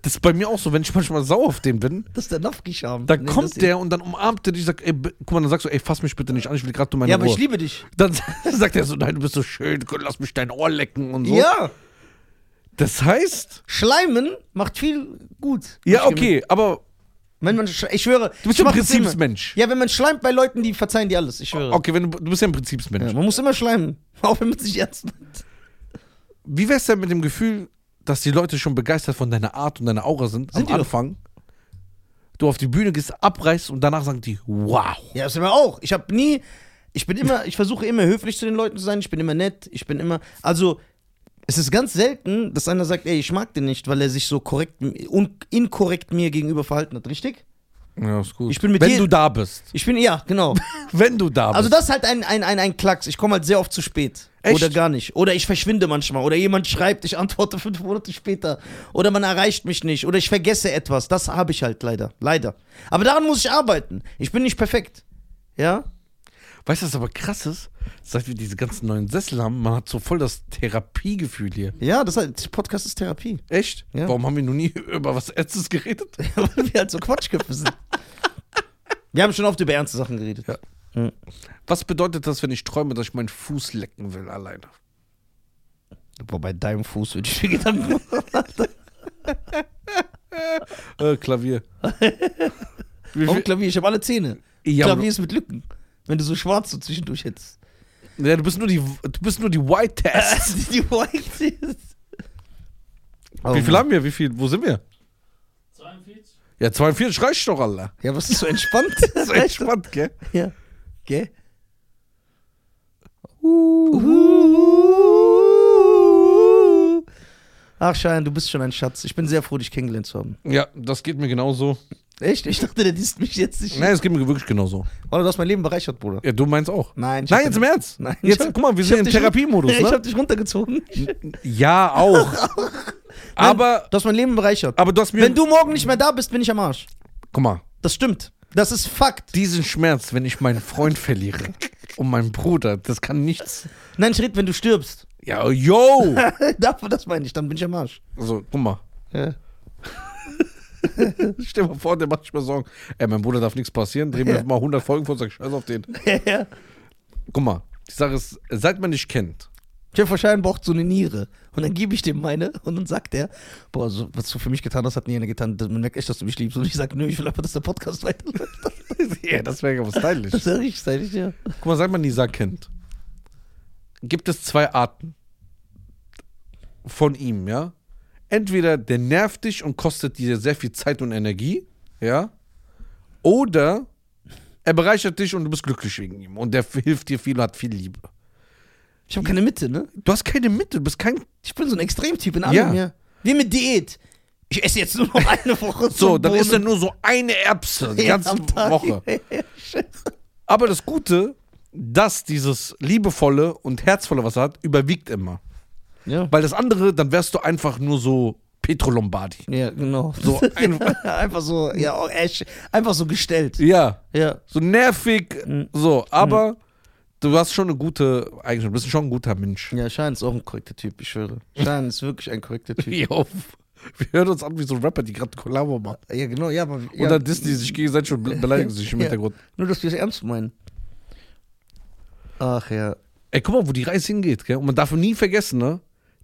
Speaker 2: Das ist bei mir auch so, wenn ich manchmal sauer auf den bin,
Speaker 1: Das ist der Nafki-Charme.
Speaker 2: dann
Speaker 1: Nee, das
Speaker 2: kommt
Speaker 1: ist-
Speaker 2: der und dann umarmt er dich, sagt, ey, b- guck mal, dann sagst du, ey, fass mich bitte nicht an, ich will gerade nur meine
Speaker 1: Ja,
Speaker 2: Ruhe.
Speaker 1: aber ich liebe dich.
Speaker 2: Dann sagt er so, nein, du bist so schön, lass mich dein Ohr lecken und so.
Speaker 1: Ja,
Speaker 2: Das heißt,
Speaker 1: Schleimen macht viel gut.
Speaker 2: ja,
Speaker 1: Ich-
Speaker 2: okay, aber
Speaker 1: Wenn man, sch- ich schwöre.
Speaker 2: du bist
Speaker 1: ich
Speaker 2: ja ein
Speaker 1: mach das immer.
Speaker 2: Prinzipsmensch.
Speaker 1: Ja, wenn man schleimt bei Leuten, die verzeihen dir alles, ich schwöre.
Speaker 2: Okay, wenn du, du bist ja ein Prinzipsmensch.
Speaker 1: Ja, man muss immer schleimen, auch wenn man sich ernst nimmt.
Speaker 2: Wie wär's denn mit dem Gefühl, dass die Leute schon begeistert von deiner Art und deiner Aura sind,
Speaker 1: Sind die
Speaker 2: am
Speaker 1: doch.
Speaker 2: Anfang? Du auf die Bühne gehst, abreißt und danach sagen die, wow.
Speaker 1: Ja, das immer auch. Ich habe nie, ich bin immer, ich versuche immer höflich zu den Leuten zu sein, ich bin immer nett, ich bin immer, also es ist ganz selten, dass einer sagt, ey, ich mag den nicht, weil er sich so korrekt, un, inkorrekt mir gegenüber verhalten hat, richtig?
Speaker 2: Ja, ist gut.
Speaker 1: Ich bin mit
Speaker 2: wenn
Speaker 1: dir-
Speaker 2: du da bist.
Speaker 1: Ich bin, ja, genau.
Speaker 2: Wenn du da bist.
Speaker 1: Also das ist halt ein, ein, ein, ein Klacks. Ich komme halt sehr oft zu spät.
Speaker 2: Echt?
Speaker 1: Oder gar nicht. Oder ich verschwinde manchmal. Oder jemand schreibt, ich antworte fünf Monate später. Oder man erreicht mich nicht. Oder ich vergesse etwas. Das habe ich halt leider. Leider. Aber daran muss ich arbeiten. Ich bin nicht perfekt. Ja?
Speaker 2: weißt du, was aber krass ist? Seit wir diese ganzen neuen Sessel haben, man hat so voll das Therapiegefühl hier.
Speaker 1: Ja, das heißt, Podcast ist Therapie.
Speaker 2: Echt?
Speaker 1: Ja.
Speaker 2: Warum haben wir noch nie über was Ernstes geredet?
Speaker 1: Weil wir halt so Quatschköpfe sind. Wir haben schon oft über ernste Sachen geredet.
Speaker 2: Ja. Was bedeutet das, wenn ich träume, dass ich meinen Fuß lecken will alleine?
Speaker 1: Boah, bei deinem Fuß würde ich mir Gedanken machen.
Speaker 2: Äh, Klavier. Wie
Speaker 1: Warum
Speaker 2: viel,
Speaker 1: Klavier? Ich habe alle Zähne.
Speaker 2: Ja, aber-
Speaker 1: Klavier ist mit Lücken. Wenn du so schwarz so zwischendurch hättest.
Speaker 2: ja, du bist nur die, du bist nur die White Test.
Speaker 1: die White Oh
Speaker 2: Wie viel haben wir? Wie viel? Wo sind wir?
Speaker 3: 42?
Speaker 2: Ja, 42 reicht doch, Alter.
Speaker 1: Ja, was ist so entspannt?
Speaker 2: Das ist echt spannend, gell?
Speaker 1: ja. Gell? Uh. Ach, Schein, du bist schon ein Schatz. Ich bin sehr froh, dich kennengelernt zu haben.
Speaker 2: Ja, das geht mir genauso.
Speaker 1: Echt? Ich dachte, der disst mich jetzt nicht.
Speaker 2: Nein, es geht mir wirklich genauso.
Speaker 1: Oder du hast mein Leben bereichert, Bruder.
Speaker 2: Ja, du meinst auch.
Speaker 1: Nein, ich
Speaker 2: Nein,
Speaker 1: hab
Speaker 2: jetzt
Speaker 1: den-
Speaker 2: im Ernst.
Speaker 1: Nein, ich
Speaker 2: jetzt,
Speaker 1: hab-
Speaker 2: guck mal, wir
Speaker 1: ich hab
Speaker 2: sind im
Speaker 1: dich-
Speaker 2: Therapiemodus,
Speaker 1: Ich
Speaker 2: ne?
Speaker 1: hab dich runtergezogen.
Speaker 2: Ja, auch. aber,
Speaker 1: Du hast mein Leben bereichert.
Speaker 2: aber du hast mir.
Speaker 1: Wenn du morgen nicht mehr da bist, bin ich am Arsch.
Speaker 2: guck mal,
Speaker 1: Das stimmt. Das ist Fakt.
Speaker 2: diesen Schmerz, wenn ich meinen Freund verliere und meinen Bruder, das kann nichts.
Speaker 1: Nein, ich rede, wenn du stirbst.
Speaker 2: Ja, yo!
Speaker 1: Dafür, das meine ich, dann bin ich am Arsch.
Speaker 2: Also, guck mal.
Speaker 1: Ja.
Speaker 2: Stell dir mal vor, der macht sich mal Sorgen. Ey, mein Bruder darf nichts passieren. Drehen wir
Speaker 1: Ja.
Speaker 2: jetzt mal 100 Folgen vor und sagen, scheiß auf den.
Speaker 1: ja.
Speaker 2: Guck mal, die Sache ist, seit man dich kennt,
Speaker 1: Jeff Schein braucht so eine Niere. Und dann gebe ich dem meine und dann sagt er, boah, so, was du für mich getan hast, hat nie einer getan. Das- Man merkt echt, dass du mich liebst. Und ich sage, nö, ich will einfach, dass der Podcast weiterläuft.
Speaker 2: ja, das wäre ja was stylisch.
Speaker 1: Das ist ja richtig, sag ich, ja.
Speaker 2: Guck mal, seit man Nisa kennt, gibt es zwei Arten von ihm, ja? Entweder der nervt dich und kostet dir sehr viel Zeit und Energie, ja? Oder er bereichert dich und du bist glücklich wegen ihm und der hilft dir viel und hat viel Liebe.
Speaker 1: Ich habe keine Mitte, ne?
Speaker 2: Du hast keine Mitte, du bist kein
Speaker 1: Ich bin so ein Extremtyp in allem, ja.
Speaker 2: Ja.
Speaker 1: Wie mit Diät. Ich esse jetzt nur noch eine Woche
Speaker 2: So, dann ist er
Speaker 1: Bohnen.
Speaker 2: nur so eine Erbse die
Speaker 1: Ja,
Speaker 2: ganze
Speaker 1: am Tag.
Speaker 2: Woche. Aber das Gute, dass dieses liebevolle und herzvolle, was er hat, überwiegt immer.
Speaker 1: Ja.
Speaker 2: Weil das andere, dann wärst du einfach nur so Petro Lombardi.
Speaker 1: ja, genau.
Speaker 2: So einfach,
Speaker 1: einfach so, ja, oh, Ash, einfach so gestellt.
Speaker 2: ja,
Speaker 1: Ja.
Speaker 2: so nervig, so. Aber du hast schon eine gute Eigenschaft, du bist schon ein guter Mensch.
Speaker 1: Ja, Schein ist auch ein korrekter Typ, ich schwöre. Schein ist wirklich ein korrekter Typ.
Speaker 2: Wie auf. Wir hören uns an wie so ein Rapper, die gerade Kollabo machen.
Speaker 1: Ja, genau, ja, aber.
Speaker 2: Und dann dissen die sich gegenseitig und be- beleidigen sich im
Speaker 1: Ja.
Speaker 2: Hintergrund.
Speaker 1: Nur, dass wir es ernst meinen. Ach ja.
Speaker 2: Ey, guck mal, wo die Reise hingeht, gell? Und man darf nie vergessen, ne?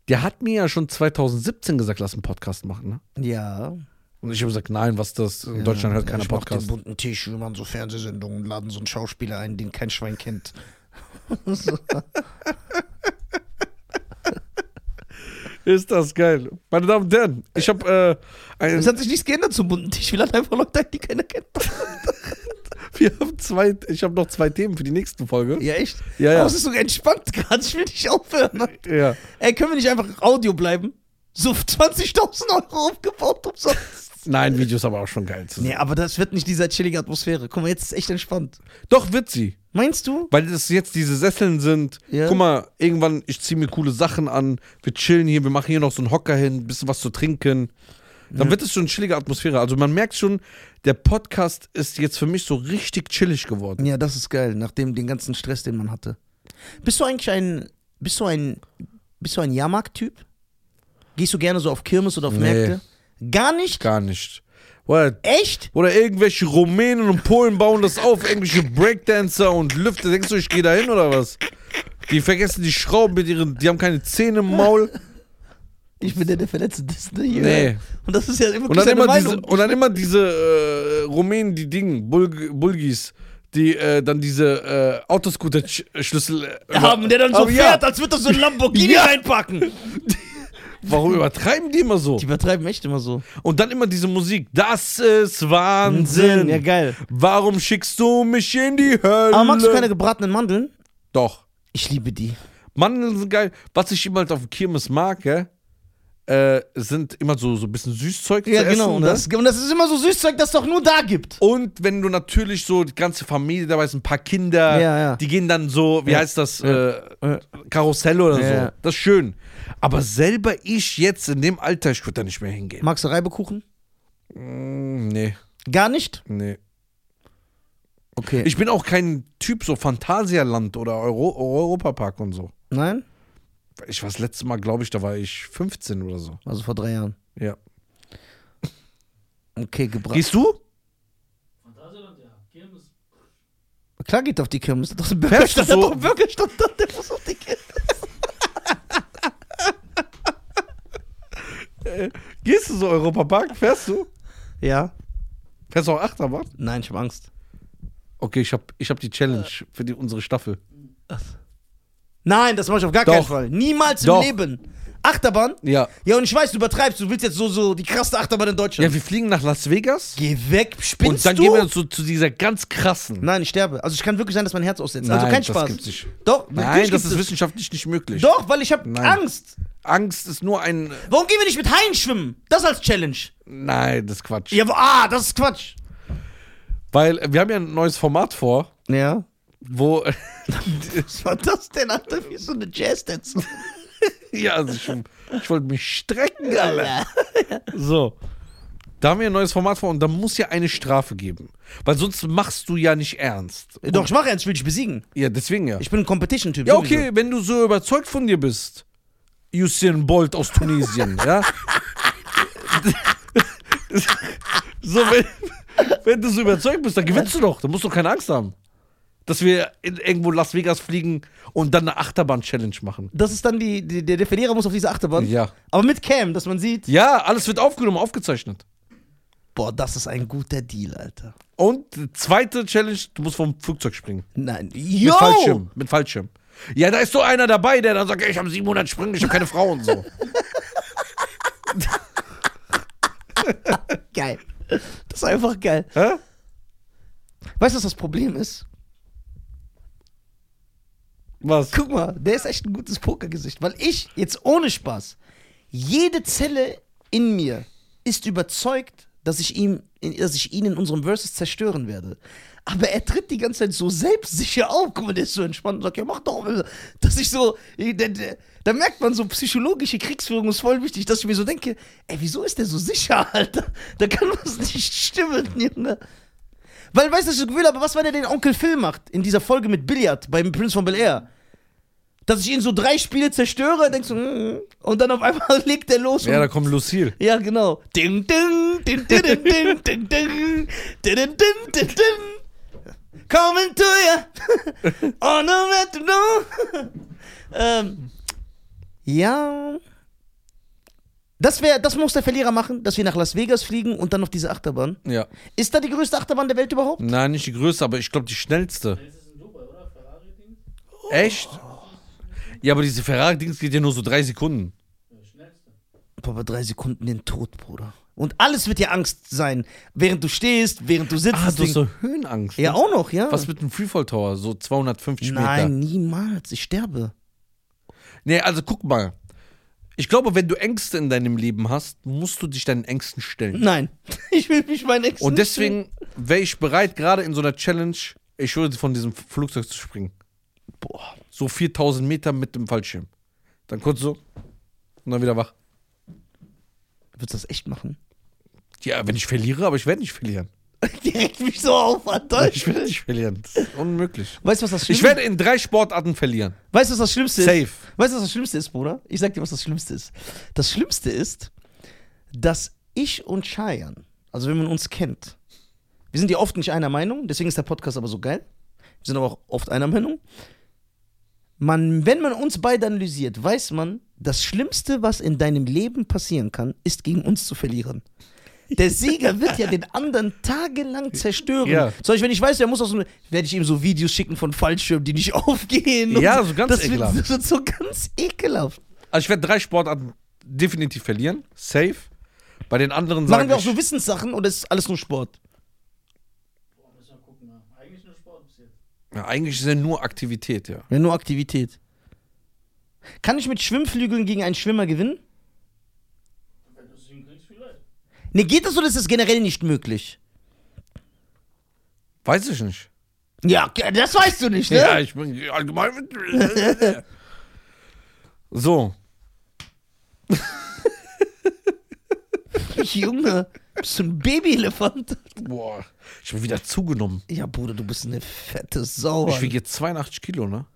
Speaker 2: Der hat mir ja schon 2017 gesagt, lass einen Podcast machen, ne?
Speaker 1: Ja.
Speaker 2: Und ich habe gesagt, nein, was das? In Deutschland hört keiner
Speaker 1: ich mach den
Speaker 2: Podcast.
Speaker 1: bunten Tisch, wir machen so Fernsehsendungen und laden so einen Schauspieler ein, den kein Schwein kennt. So.
Speaker 2: Ist das geil. Meine Damen und Herren, ich habe äh, ein,
Speaker 1: Es hat sich nichts geändert zum bunten Tisch. Wir laden einfach Leute ein, die keiner kennt.
Speaker 2: wir haben zwei, ich habe noch zwei Themen für die nächste Folge.
Speaker 1: Ja, echt?
Speaker 2: Ja, ja.
Speaker 1: Aber es ist so entspannt gerade. Ich will nicht aufhören.
Speaker 2: Ja.
Speaker 1: Ey, können wir nicht einfach Audio bleiben? So 20.000 Euro aufgebaut umsonst.
Speaker 2: Nein, Videos aber auch schon geil. Zu sehen.
Speaker 1: Nee, aber das wird nicht dieser chillige Atmosphäre. Guck mal, jetzt ist echt entspannt.
Speaker 2: Doch wird sie,
Speaker 1: Meinst du?
Speaker 2: weil das jetzt diese Sesseln sind.
Speaker 1: Ja.
Speaker 2: Guck mal, irgendwann ich ziehe mir coole Sachen an. Wir chillen hier, wir machen hier noch so einen Hocker hin, ein bisschen was zu trinken. Dann wird es schon eine chillige Atmosphäre. Also man merkt schon, der Podcast ist jetzt für mich so richtig chillig geworden.
Speaker 1: Ja, das ist geil, nachdem den ganzen Stress, den man hatte. Bist du eigentlich ein. Bist du ein. Bist du ein Jahrmarkt-Typ? Gehst du gerne so auf Kirmes oder auf
Speaker 2: Nee.
Speaker 1: Märkte? Gar nicht?
Speaker 2: Gar nicht. What?
Speaker 1: Echt?
Speaker 2: Oder irgendwelche Rumänen und Polen bauen das auf, irgendwelche Breakdancer und Lüfter. Denkst du, ich gehe da hin oder was? Die vergessen die Schrauben mit ihren, die haben keine Zähne im Maul.
Speaker 1: Ich bin der, der verletzte Disney. hier.
Speaker 2: Nee.
Speaker 1: Und das ist ja wirklich
Speaker 2: Und dann
Speaker 1: seine
Speaker 2: immer
Speaker 1: Meinung.
Speaker 2: diese, und dann immer diese äh, Rumänen, die Dingen, Bulg Bulgis, die äh, dann diese äh, Autoscooter-Schlüssel äh,
Speaker 1: haben, der dann so
Speaker 2: Aber ja.
Speaker 1: fährt, als würde das so ein Lamborghini reinpacken.
Speaker 2: Warum übertreiben die immer so?
Speaker 1: Die übertreiben echt immer so.
Speaker 2: Und dann immer diese Musik. Das ist Wahnsinn.
Speaker 1: Ja, geil.
Speaker 2: Warum schickst du mich in die Hölle?
Speaker 1: Aber magst du keine gebratenen Mandeln?
Speaker 2: Doch.
Speaker 1: Ich liebe die.
Speaker 2: Mandeln sind geil. Was ich immer halt auf dem Kirmes mag, gell? Äh, sind immer so, so ein bisschen Süßzeug zu essen.
Speaker 1: genau, Und
Speaker 2: ne?
Speaker 1: das, Oh. und das ist immer so Süßzeug, das es doch nur da gibt.
Speaker 2: Und wenn du natürlich so die ganze Familie dabei ist, ein paar Kinder,
Speaker 1: Ja, ja.
Speaker 2: die gehen dann so, wie
Speaker 1: Ja.
Speaker 2: heißt das,
Speaker 1: Ja.
Speaker 2: äh, Karussell oder
Speaker 1: Ja.
Speaker 2: so. Das ist schön. Aber selber ich jetzt in dem Alter, ich würde da nicht mehr hingehen.
Speaker 1: Magst du Reibekuchen?
Speaker 2: Mm, nee,
Speaker 1: Gar nicht?
Speaker 2: nee.
Speaker 1: Okay.
Speaker 2: Ich bin auch kein Typ so Phantasialand oder Euro Europapark und so.
Speaker 1: Nein?
Speaker 2: Ich war das letzte Mal, glaube ich, da war ich 15 oder so.
Speaker 1: Also vor drei Jahren.
Speaker 2: Ja.
Speaker 1: Okay, gebraten.
Speaker 2: Gehst du?
Speaker 3: Phantasialand, ja. Kirmes.
Speaker 1: Klar geht auf die Kirmes. Das ist ein
Speaker 2: Fährst du
Speaker 1: Bürgerstand. So?
Speaker 2: so?
Speaker 1: Doch ein Bürgerstand da, der muss auf die Kirmes.
Speaker 2: Gehst du so Europapark? Fährst du?
Speaker 1: Ja?
Speaker 2: Fährst du auch Achterbahn?
Speaker 1: Nein, ich habe Angst.
Speaker 2: Okay, ich habe ich hab die Challenge für die, unsere Staffel.
Speaker 1: Nein, das mache ich auf gar
Speaker 2: Doch.
Speaker 1: keinen Fall. Niemals im
Speaker 2: Doch.
Speaker 1: Leben. Achterbahn?
Speaker 2: Ja.
Speaker 1: Ja, und ich weiß, du übertreibst. Du willst jetzt so, so die krasse Achterbahn in
Speaker 2: Ja,
Speaker 1: Deutschland.
Speaker 2: wir fliegen nach Las Vegas.
Speaker 1: Geh weg, spinnst
Speaker 2: und dann
Speaker 1: du?
Speaker 2: gehen wir so zu dieser ganz krassen.
Speaker 1: Nein, ich sterbe. Also ich kann wirklich sein, dass mein Herz aussetzt. also kein Spaß.
Speaker 2: Das gibt's nicht.
Speaker 1: Doch,
Speaker 2: Nein,
Speaker 1: natürlich
Speaker 2: das
Speaker 1: gibt's
Speaker 2: ist wissenschaftlich nicht möglich.
Speaker 1: Doch, weil ich habe
Speaker 2: Nein.
Speaker 1: Angst.
Speaker 2: Angst ist nur ein.
Speaker 1: Warum gehen wir nicht mit Haien schwimmen? Das als Challenge.
Speaker 2: Nein, das ist Quatsch.
Speaker 1: Ja, wo- ah, das ist Quatsch.
Speaker 2: Weil äh, wir haben ja ein neues Format vor,
Speaker 1: Ja.
Speaker 2: wo.
Speaker 1: Was war das denn, Alter? Wie so eine Jazzdance.
Speaker 2: ja, also ich, ich wollte mich strecken, Alter. So. Da haben wir ein neues Format vor und da muss ja eine Strafe geben. Weil sonst machst du ja nicht ernst.
Speaker 1: Doch, ich mache ernst, ich will dich besiegen.
Speaker 2: Ja, deswegen ja.
Speaker 1: Ich bin ein Competition-Typ.
Speaker 2: Ja,
Speaker 1: sowieso.
Speaker 2: okay, wenn du so überzeugt von dir bist, Usain Bolt aus Tunesien, ja? so, wenn, wenn du so überzeugt bist, dann gewinnst du doch. Dann musst du keine Angst haben. Dass wir in, irgendwo Las Vegas fliegen und dann eine Achterbahn-Challenge machen.
Speaker 1: Das ist dann die, die der, der Verlierer muss auf diese Achterbahn.
Speaker 2: Ja.
Speaker 1: Aber mit Cam, dass man sieht,
Speaker 2: Ja, alles wird aufgenommen, aufgezeichnet.
Speaker 1: boah, das ist ein guter Deal, Alter.
Speaker 2: Und die zweite Challenge, du musst vom Flugzeug springen.
Speaker 1: Nein, yo!
Speaker 2: Mit Fallschirm. Mit Fallschirm. Ja, da ist so einer dabei, der dann sagt, ey, ich habe 700 Sprünge, ich habe keine Frau und so.
Speaker 1: Geil. Das ist einfach geil.
Speaker 2: Hä?
Speaker 1: Weißt du, was das Problem ist?
Speaker 2: Was?
Speaker 1: Guck mal, der ist echt ein gutes Pokergesicht, weil ich jetzt ohne Spaß, jede Zelle in mir ist überzeugt, dass ich, ihm, dass ich ihn in unserem Versus zerstören werde. Aber er tritt die ganze Zeit so selbstsicher auf. Guck mal, der ist so entspannt und sagt, ja, mach doch. Dass ich so, da, da, da merkt man so, psychologische Kriegsführung ist voll wichtig, dass ich mir so denke, ey, wieso ist der so sicher, Alter? Da kann was nicht stimmen, Junge. Weil, weißt du, was ich das Gefühl habe, was, wenn er den Onkel Phil macht in dieser Folge mit Billard beim Prince von Bel Air? Dass ich ihn so drei Spiele zerstöre, denkst du, mm, und dann auf einmal legt er los.
Speaker 2: Ja, da
Speaker 1: und,
Speaker 2: kommt Lucille.
Speaker 1: ja genau. Ding, ding, ding, ding, ding, ding, ding, ding, ding, ding, ding, ding, ding. Coming to you. Oh, no, no, no. ähm, ja. Das, wär, das muss der Verlierer machen, dass wir nach Las Vegas fliegen und dann auf diese Achterbahn.
Speaker 2: Ja.
Speaker 1: Ist da die größte Achterbahn der Welt überhaupt?
Speaker 2: Nein, nicht die größte, aber ich glaube die schnellste.
Speaker 3: Das ist in Dubai, oder? Ferrari-Ding?
Speaker 2: Echt? Ja, aber diese Ferrari-Dings geht ja nur so drei Sekunden.
Speaker 3: Das schnellste.
Speaker 1: Papa, drei Sekunden den Tod, Bruder. Und alles wird dir Angst sein, während du stehst, während du sitzt.
Speaker 2: Ah,
Speaker 1: das
Speaker 2: du hast
Speaker 1: Ding-
Speaker 2: so Höhenangst.
Speaker 1: ja,
Speaker 2: ne?
Speaker 1: auch noch, ja.
Speaker 2: Was mit dem Freefall Tower? So 250 Meter.
Speaker 1: Nein, niemals. Ich sterbe.
Speaker 2: Nee, also guck mal. Ich glaube, wenn du Ängste in deinem Leben hast, musst du dich deinen Ängsten stellen.
Speaker 1: Nein. Ich will mich meinen Ängsten
Speaker 2: Und deswegen wäre ich bereit, gerade in so einer Challenge, ich würde von diesem Flugzeug zu springen.
Speaker 1: stellen. Boah.
Speaker 2: So 4000 Meter mit dem Fallschirm. Dann kurz so und dann wieder wach.
Speaker 1: Würdest du das echt machen?
Speaker 2: Ja, wenn ich verliere, aber ich werde nicht verlieren.
Speaker 1: Direkt mich so auf, Alter.
Speaker 2: Ich werde nicht verlieren. Das ist unmöglich.
Speaker 1: Weißt du, was das
Speaker 2: Ich
Speaker 1: Schlimmste
Speaker 2: werde in drei Sportarten verlieren.
Speaker 1: Weißt du, was das Schlimmste ist?
Speaker 2: Safe.
Speaker 1: Weißt du, was das Schlimmste ist, Bruder? Ich sag dir, was das Schlimmste ist. Das Schlimmste ist, dass ich und Cheyenne, also wenn man uns kennt, wir sind ja oft nicht einer Meinung, deswegen ist der Podcast aber so geil. Wir sind aber auch oft einer Meinung. Man, wenn man uns beide analysiert, weiß man, das Schlimmste, was in deinem Leben passieren kann, ist gegen uns zu verlieren. Der Sieger wird ja den anderen tagelang zerstören.
Speaker 2: Ja.
Speaker 1: Zum Beispiel, wenn ich weiß, er muss aus dem. werde ich ihm so Videos schicken von Fallschirmen, die nicht aufgehen. und
Speaker 2: Ja, so ganz
Speaker 1: das wird-
Speaker 2: ekelhaft.
Speaker 1: Das wird so ganz ekelhaft.
Speaker 2: Also ich werde drei Sportarten definitiv verlieren. Safe. Bei den anderen
Speaker 1: Machen wir
Speaker 2: sage
Speaker 1: auch
Speaker 2: ich,
Speaker 1: so Wissenssachen und es ist alles nur Sport.
Speaker 3: Boah, müssen wir gucken. Ne? Eigentlich nur Sport bis jetzt.
Speaker 2: ja, eigentlich ist ja nur Aktivität, ja.
Speaker 1: Ja, nur Aktivität. Kann ich mit Schwimmflügeln gegen einen Schwimmer gewinnen?
Speaker 3: Wenn du es hinkriegst, vielleicht.
Speaker 1: Ne, geht das oder ist das generell nicht möglich?
Speaker 2: Weiß ich nicht.
Speaker 1: Ja, ge- das weißt du nicht, ne?
Speaker 2: Ja, ich bin allgemein mit. so.
Speaker 1: Junge, bist du ein Babyelefant?
Speaker 2: Boah. Ich bin wieder zugenommen.
Speaker 1: Ja, Bruder, du bist eine fette Sau.
Speaker 2: Ich wiege jetzt 82 Kilo, ne?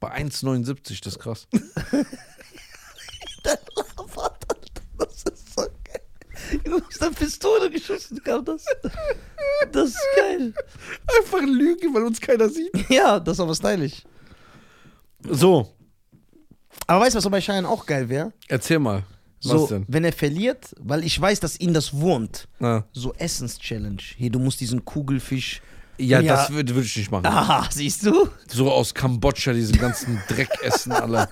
Speaker 2: Bei 1,79, das ist krass.
Speaker 1: Das ist so geil. Du hast eine Pistole geschossen, kam das. Das ist geil.
Speaker 2: Einfach Lüge, weil uns keiner sieht.
Speaker 1: Ja, das ist aber stylisch.
Speaker 2: So,
Speaker 1: Aber weißt du, was bei Schein auch geil wäre?
Speaker 2: erzähl mal.
Speaker 1: So,
Speaker 2: was denn?
Speaker 1: wenn er verliert, weil ich weiß, dass ihn das wurmt.
Speaker 2: Na.
Speaker 1: So Essenschallenge. Hier, du musst diesen Kugelfisch.
Speaker 2: Ja,
Speaker 1: Ja.
Speaker 2: das würde würd ich nicht machen.
Speaker 1: Ah, siehst du?
Speaker 2: So aus Kambodscha, diesen ganzen Dreck essen alle.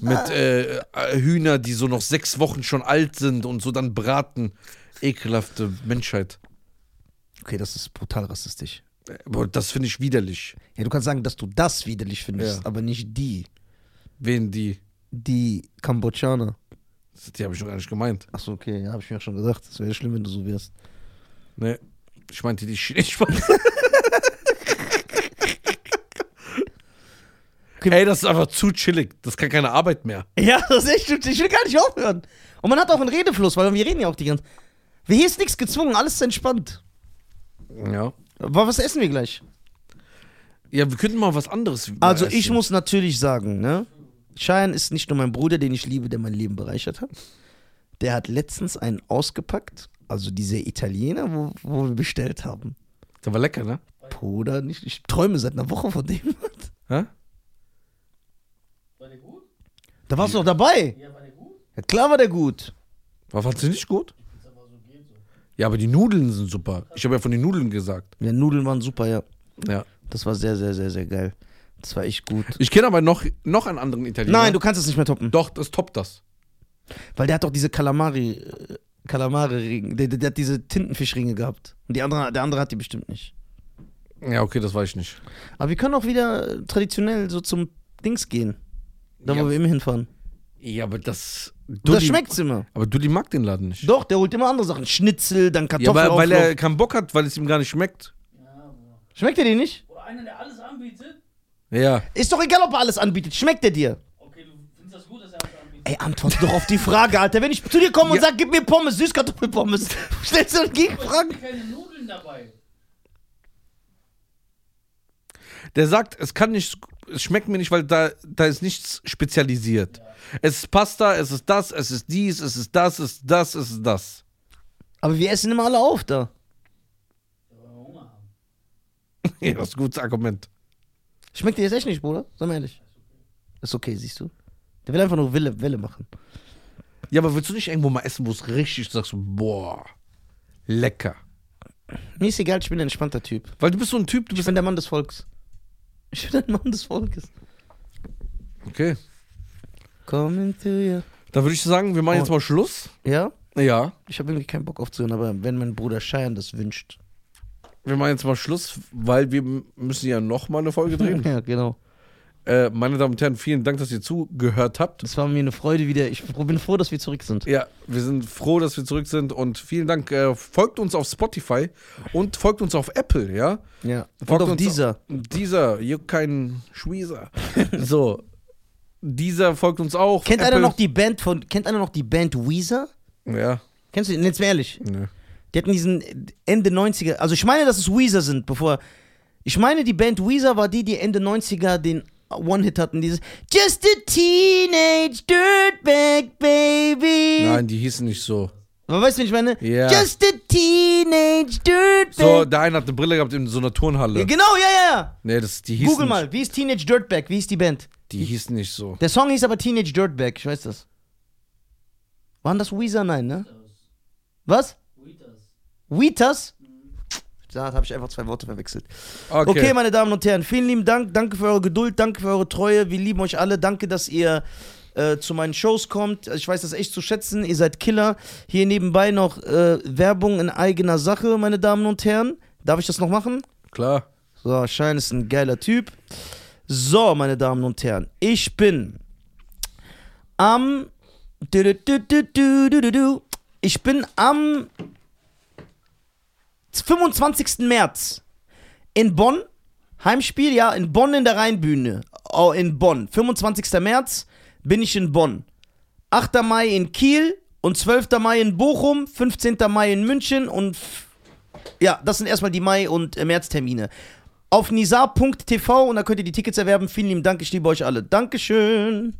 Speaker 2: Mit äh, äh, Hühner, die so noch sechs Wochen schon alt sind und so dann braten. Ekelhafte Menschheit.
Speaker 1: Okay, das ist brutal rassistisch.
Speaker 2: Aber das finde ich widerlich.
Speaker 1: Ja, du kannst sagen, dass du das widerlich findest,
Speaker 2: Ja.
Speaker 1: aber nicht die.
Speaker 2: Wen die?
Speaker 1: Die Kambodschaner.
Speaker 2: Die habe ich noch gar nicht gemeint.
Speaker 1: Achso, okay, ja, habe ich mir schon gesagt. Das wäre schlimm, wenn du so wärst.
Speaker 2: Nee. Ne? Ich meinte die Chinesen. Ey, das ist einfach zu chillig. Das kann keine Arbeit mehr.
Speaker 1: Ja, das ist echt stimmt. Ich will gar nicht aufhören. Und man hat auch einen Redefluss, weil wir reden ja auch die ganze Wir Hier ist nichts gezwungen, alles ist entspannt.
Speaker 2: Ja.
Speaker 1: Aber was essen wir gleich?
Speaker 2: Ja, wir könnten mal was anderes.
Speaker 1: Also
Speaker 2: essen.
Speaker 1: ich muss natürlich sagen, ne? Cheyenne ist nicht nur mein Bruder, den ich liebe, der mein Leben bereichert hat. Der hat letztens einen ausgepackt, also dieser Italiener, wo, wo wir bestellt haben.
Speaker 2: Der war lecker, ne?
Speaker 1: Bruder, nicht, ich träume seit einer Woche von dem.
Speaker 2: Hä?
Speaker 3: War der gut?
Speaker 1: Da warst du doch dabei.
Speaker 3: Ja, war der gut?
Speaker 1: Ja, klar war der gut.
Speaker 2: War fandst du nicht gut?
Speaker 3: Ist aber so, geht so.
Speaker 2: Ja, aber die Nudeln sind super. Ich habe ja von den Nudeln gesagt.
Speaker 1: Ja, Nudeln waren super, ja.
Speaker 2: Ja.
Speaker 1: Das war sehr, sehr, sehr, sehr geil. Das war echt gut.
Speaker 2: Ich kenne aber noch, noch einen anderen Italiener.
Speaker 1: Nein, du kannst es nicht mehr toppen.
Speaker 2: Doch, das toppt das.
Speaker 1: Weil der hat doch diese Kalamari, äh, Kalamari-Ringe, der, der, der hat diese Tintenfischringe gehabt. Und die andere, der andere hat die bestimmt nicht.
Speaker 2: Ja, okay, das weiß ich nicht.
Speaker 1: Aber wir können auch wieder äh, traditionell so zum Dings gehen. Da,
Speaker 2: Ja.
Speaker 1: wo wir immer hinfahren.
Speaker 2: Ja, aber das.
Speaker 1: Da
Speaker 2: Dulli-
Speaker 1: schmeckt's immer.
Speaker 2: Aber Dulli mag den Laden nicht.
Speaker 1: Doch, der holt immer andere Sachen. Schnitzel, dann
Speaker 2: ja, weil,
Speaker 1: Kartoffelauflauf.
Speaker 2: weil er keinen Bock hat, weil es ihm gar nicht schmeckt.
Speaker 3: Ja, Bruder.
Speaker 1: Schmeckt er dir nicht?
Speaker 3: Oder einer, der alles anbietet?
Speaker 2: Ja.
Speaker 1: Ist doch egal, ob er alles anbietet. Schmeckt er dir?
Speaker 3: Okay, du findest das gut, dass er alles anbietet.
Speaker 1: Ey, antworte doch auf die Frage, Alter. Wenn ich zu dir komme und
Speaker 2: Ja.
Speaker 1: sag, gib mir Pommes, Süßkartoffelpommes, stellst du eine
Speaker 3: Aber es
Speaker 1: Gegenfrage?
Speaker 3: sind keine Nudeln dabei.
Speaker 2: Der sagt, es kann nicht, es schmeckt mir nicht, weil da, da ist nichts spezialisiert. Es ist Pasta, es ist das, es ist dies, es ist das, es ist das, es ist das.
Speaker 1: Aber wir essen immer alle auf da.
Speaker 3: Da wollen wir Hunger haben.
Speaker 2: Ja, das ist ein gutes Argument.
Speaker 1: Schmeckt dir jetzt echt nicht, Bruder? Sag mal ehrlich. Ist okay, siehst du? Der will einfach nur Wille, Welle machen.
Speaker 2: Ja, aber willst du nicht irgendwo mal essen, wo es richtig sagst, boah, lecker.
Speaker 1: Mir ist egal, ich bin ein entspannter Typ.
Speaker 2: Weil du bist so ein Typ, du
Speaker 1: Ich
Speaker 2: bist.
Speaker 1: bin der Mann des Volks. Ich bin ein Mann des Volkes.
Speaker 2: Okay.
Speaker 1: Coming to you.
Speaker 2: Dann würde ich sagen, wir machen jetzt mal Schluss.
Speaker 1: Ja?
Speaker 2: Oh. Ja.
Speaker 1: Ich habe irgendwie keinen Bock aufzuhören, aber wenn mein Bruder Schein das wünscht.
Speaker 2: Wir machen jetzt mal Schluss, weil wir m- müssen ja nochmal eine Folge drehen.
Speaker 1: Ja, genau.
Speaker 2: äh, meine Damen und Herren, vielen Dank, dass ihr zugehört habt.
Speaker 1: Das war mir eine Freude wieder. Ich bin froh, dass wir zurück sind.
Speaker 2: Ja, wir sind froh, dass wir zurück sind und vielen Dank. Äh, folgt uns auf Spotify und folgt uns auf Apple, ja?
Speaker 1: Ja. Und
Speaker 2: Folgt
Speaker 1: auf
Speaker 2: uns
Speaker 1: dieser.
Speaker 2: Dieser, juckt keinen Schwieser. so. Dieser folgt uns auch.
Speaker 1: Kennt einer
Speaker 2: Apple-
Speaker 1: noch die Band von. Kennt einer noch die Band Weezer?
Speaker 2: Ja.
Speaker 1: Kennst du die? Jetzt mal ehrlich.
Speaker 2: Ne.
Speaker 1: Die hatten diesen Ende 90er. Also ich meine, dass es Weezer sind, bevor. Ich meine, die Band Weezer war die, die Ende 90er den One-Hit hatten. Dieses Just a Teenage Dirtbag Baby.
Speaker 2: Nein, die hießen nicht so.
Speaker 1: Aber weißt du, wie ich meine?
Speaker 2: Ja.
Speaker 1: Just a Teenage Dirtbag.
Speaker 2: So, der eine hat eine Brille gehabt in so einer
Speaker 1: Ja,
Speaker 2: Turnhalle.
Speaker 1: genau, ja, ja, ja.
Speaker 2: Nee, das, die hießen.
Speaker 1: Google mal, wie ist Teenage Dirtbag? Wie ist die Band?
Speaker 2: Die hießen nicht so.
Speaker 1: Der Song hieß aber Teenage Dirtbag, ich weiß das. Waren das Weezer? Nein, ne?
Speaker 3: Das.
Speaker 1: Was?
Speaker 3: Huitas.
Speaker 1: Weetas? Da habe ich einfach zwei Worte verwechselt.
Speaker 2: Okay.
Speaker 1: Okay. meine Damen und Herren, vielen lieben Dank. Danke für eure Geduld, danke für eure Treue. Wir lieben euch alle. Danke, dass ihr äh, zu meinen Shows kommt. Also Ich weiß das echt zu schätzen. Ihr seid Killer. Hier nebenbei noch äh, Werbung in eigener Sache, meine Damen und Herren. Darf ich das noch machen?
Speaker 2: Klar.
Speaker 1: So, Schein ist ein geiler Typ. So, meine Damen und Herren, ich bin am. Ich bin am 25. März in Bonn. Heimspiel, ja, in Bonn in der Rheinbühne. Oh, in Bonn. 25. März bin ich in Bonn. 8. Mai in Kiel und 12. Mai in Bochum, 15. Mai in München und f- ja, das sind erstmal die Mai- und äh, Märztermine. Auf nisa.tv und da könnt ihr die Tickets erwerben. Vielen lieben Dank, ich liebe euch alle. Dankeschön.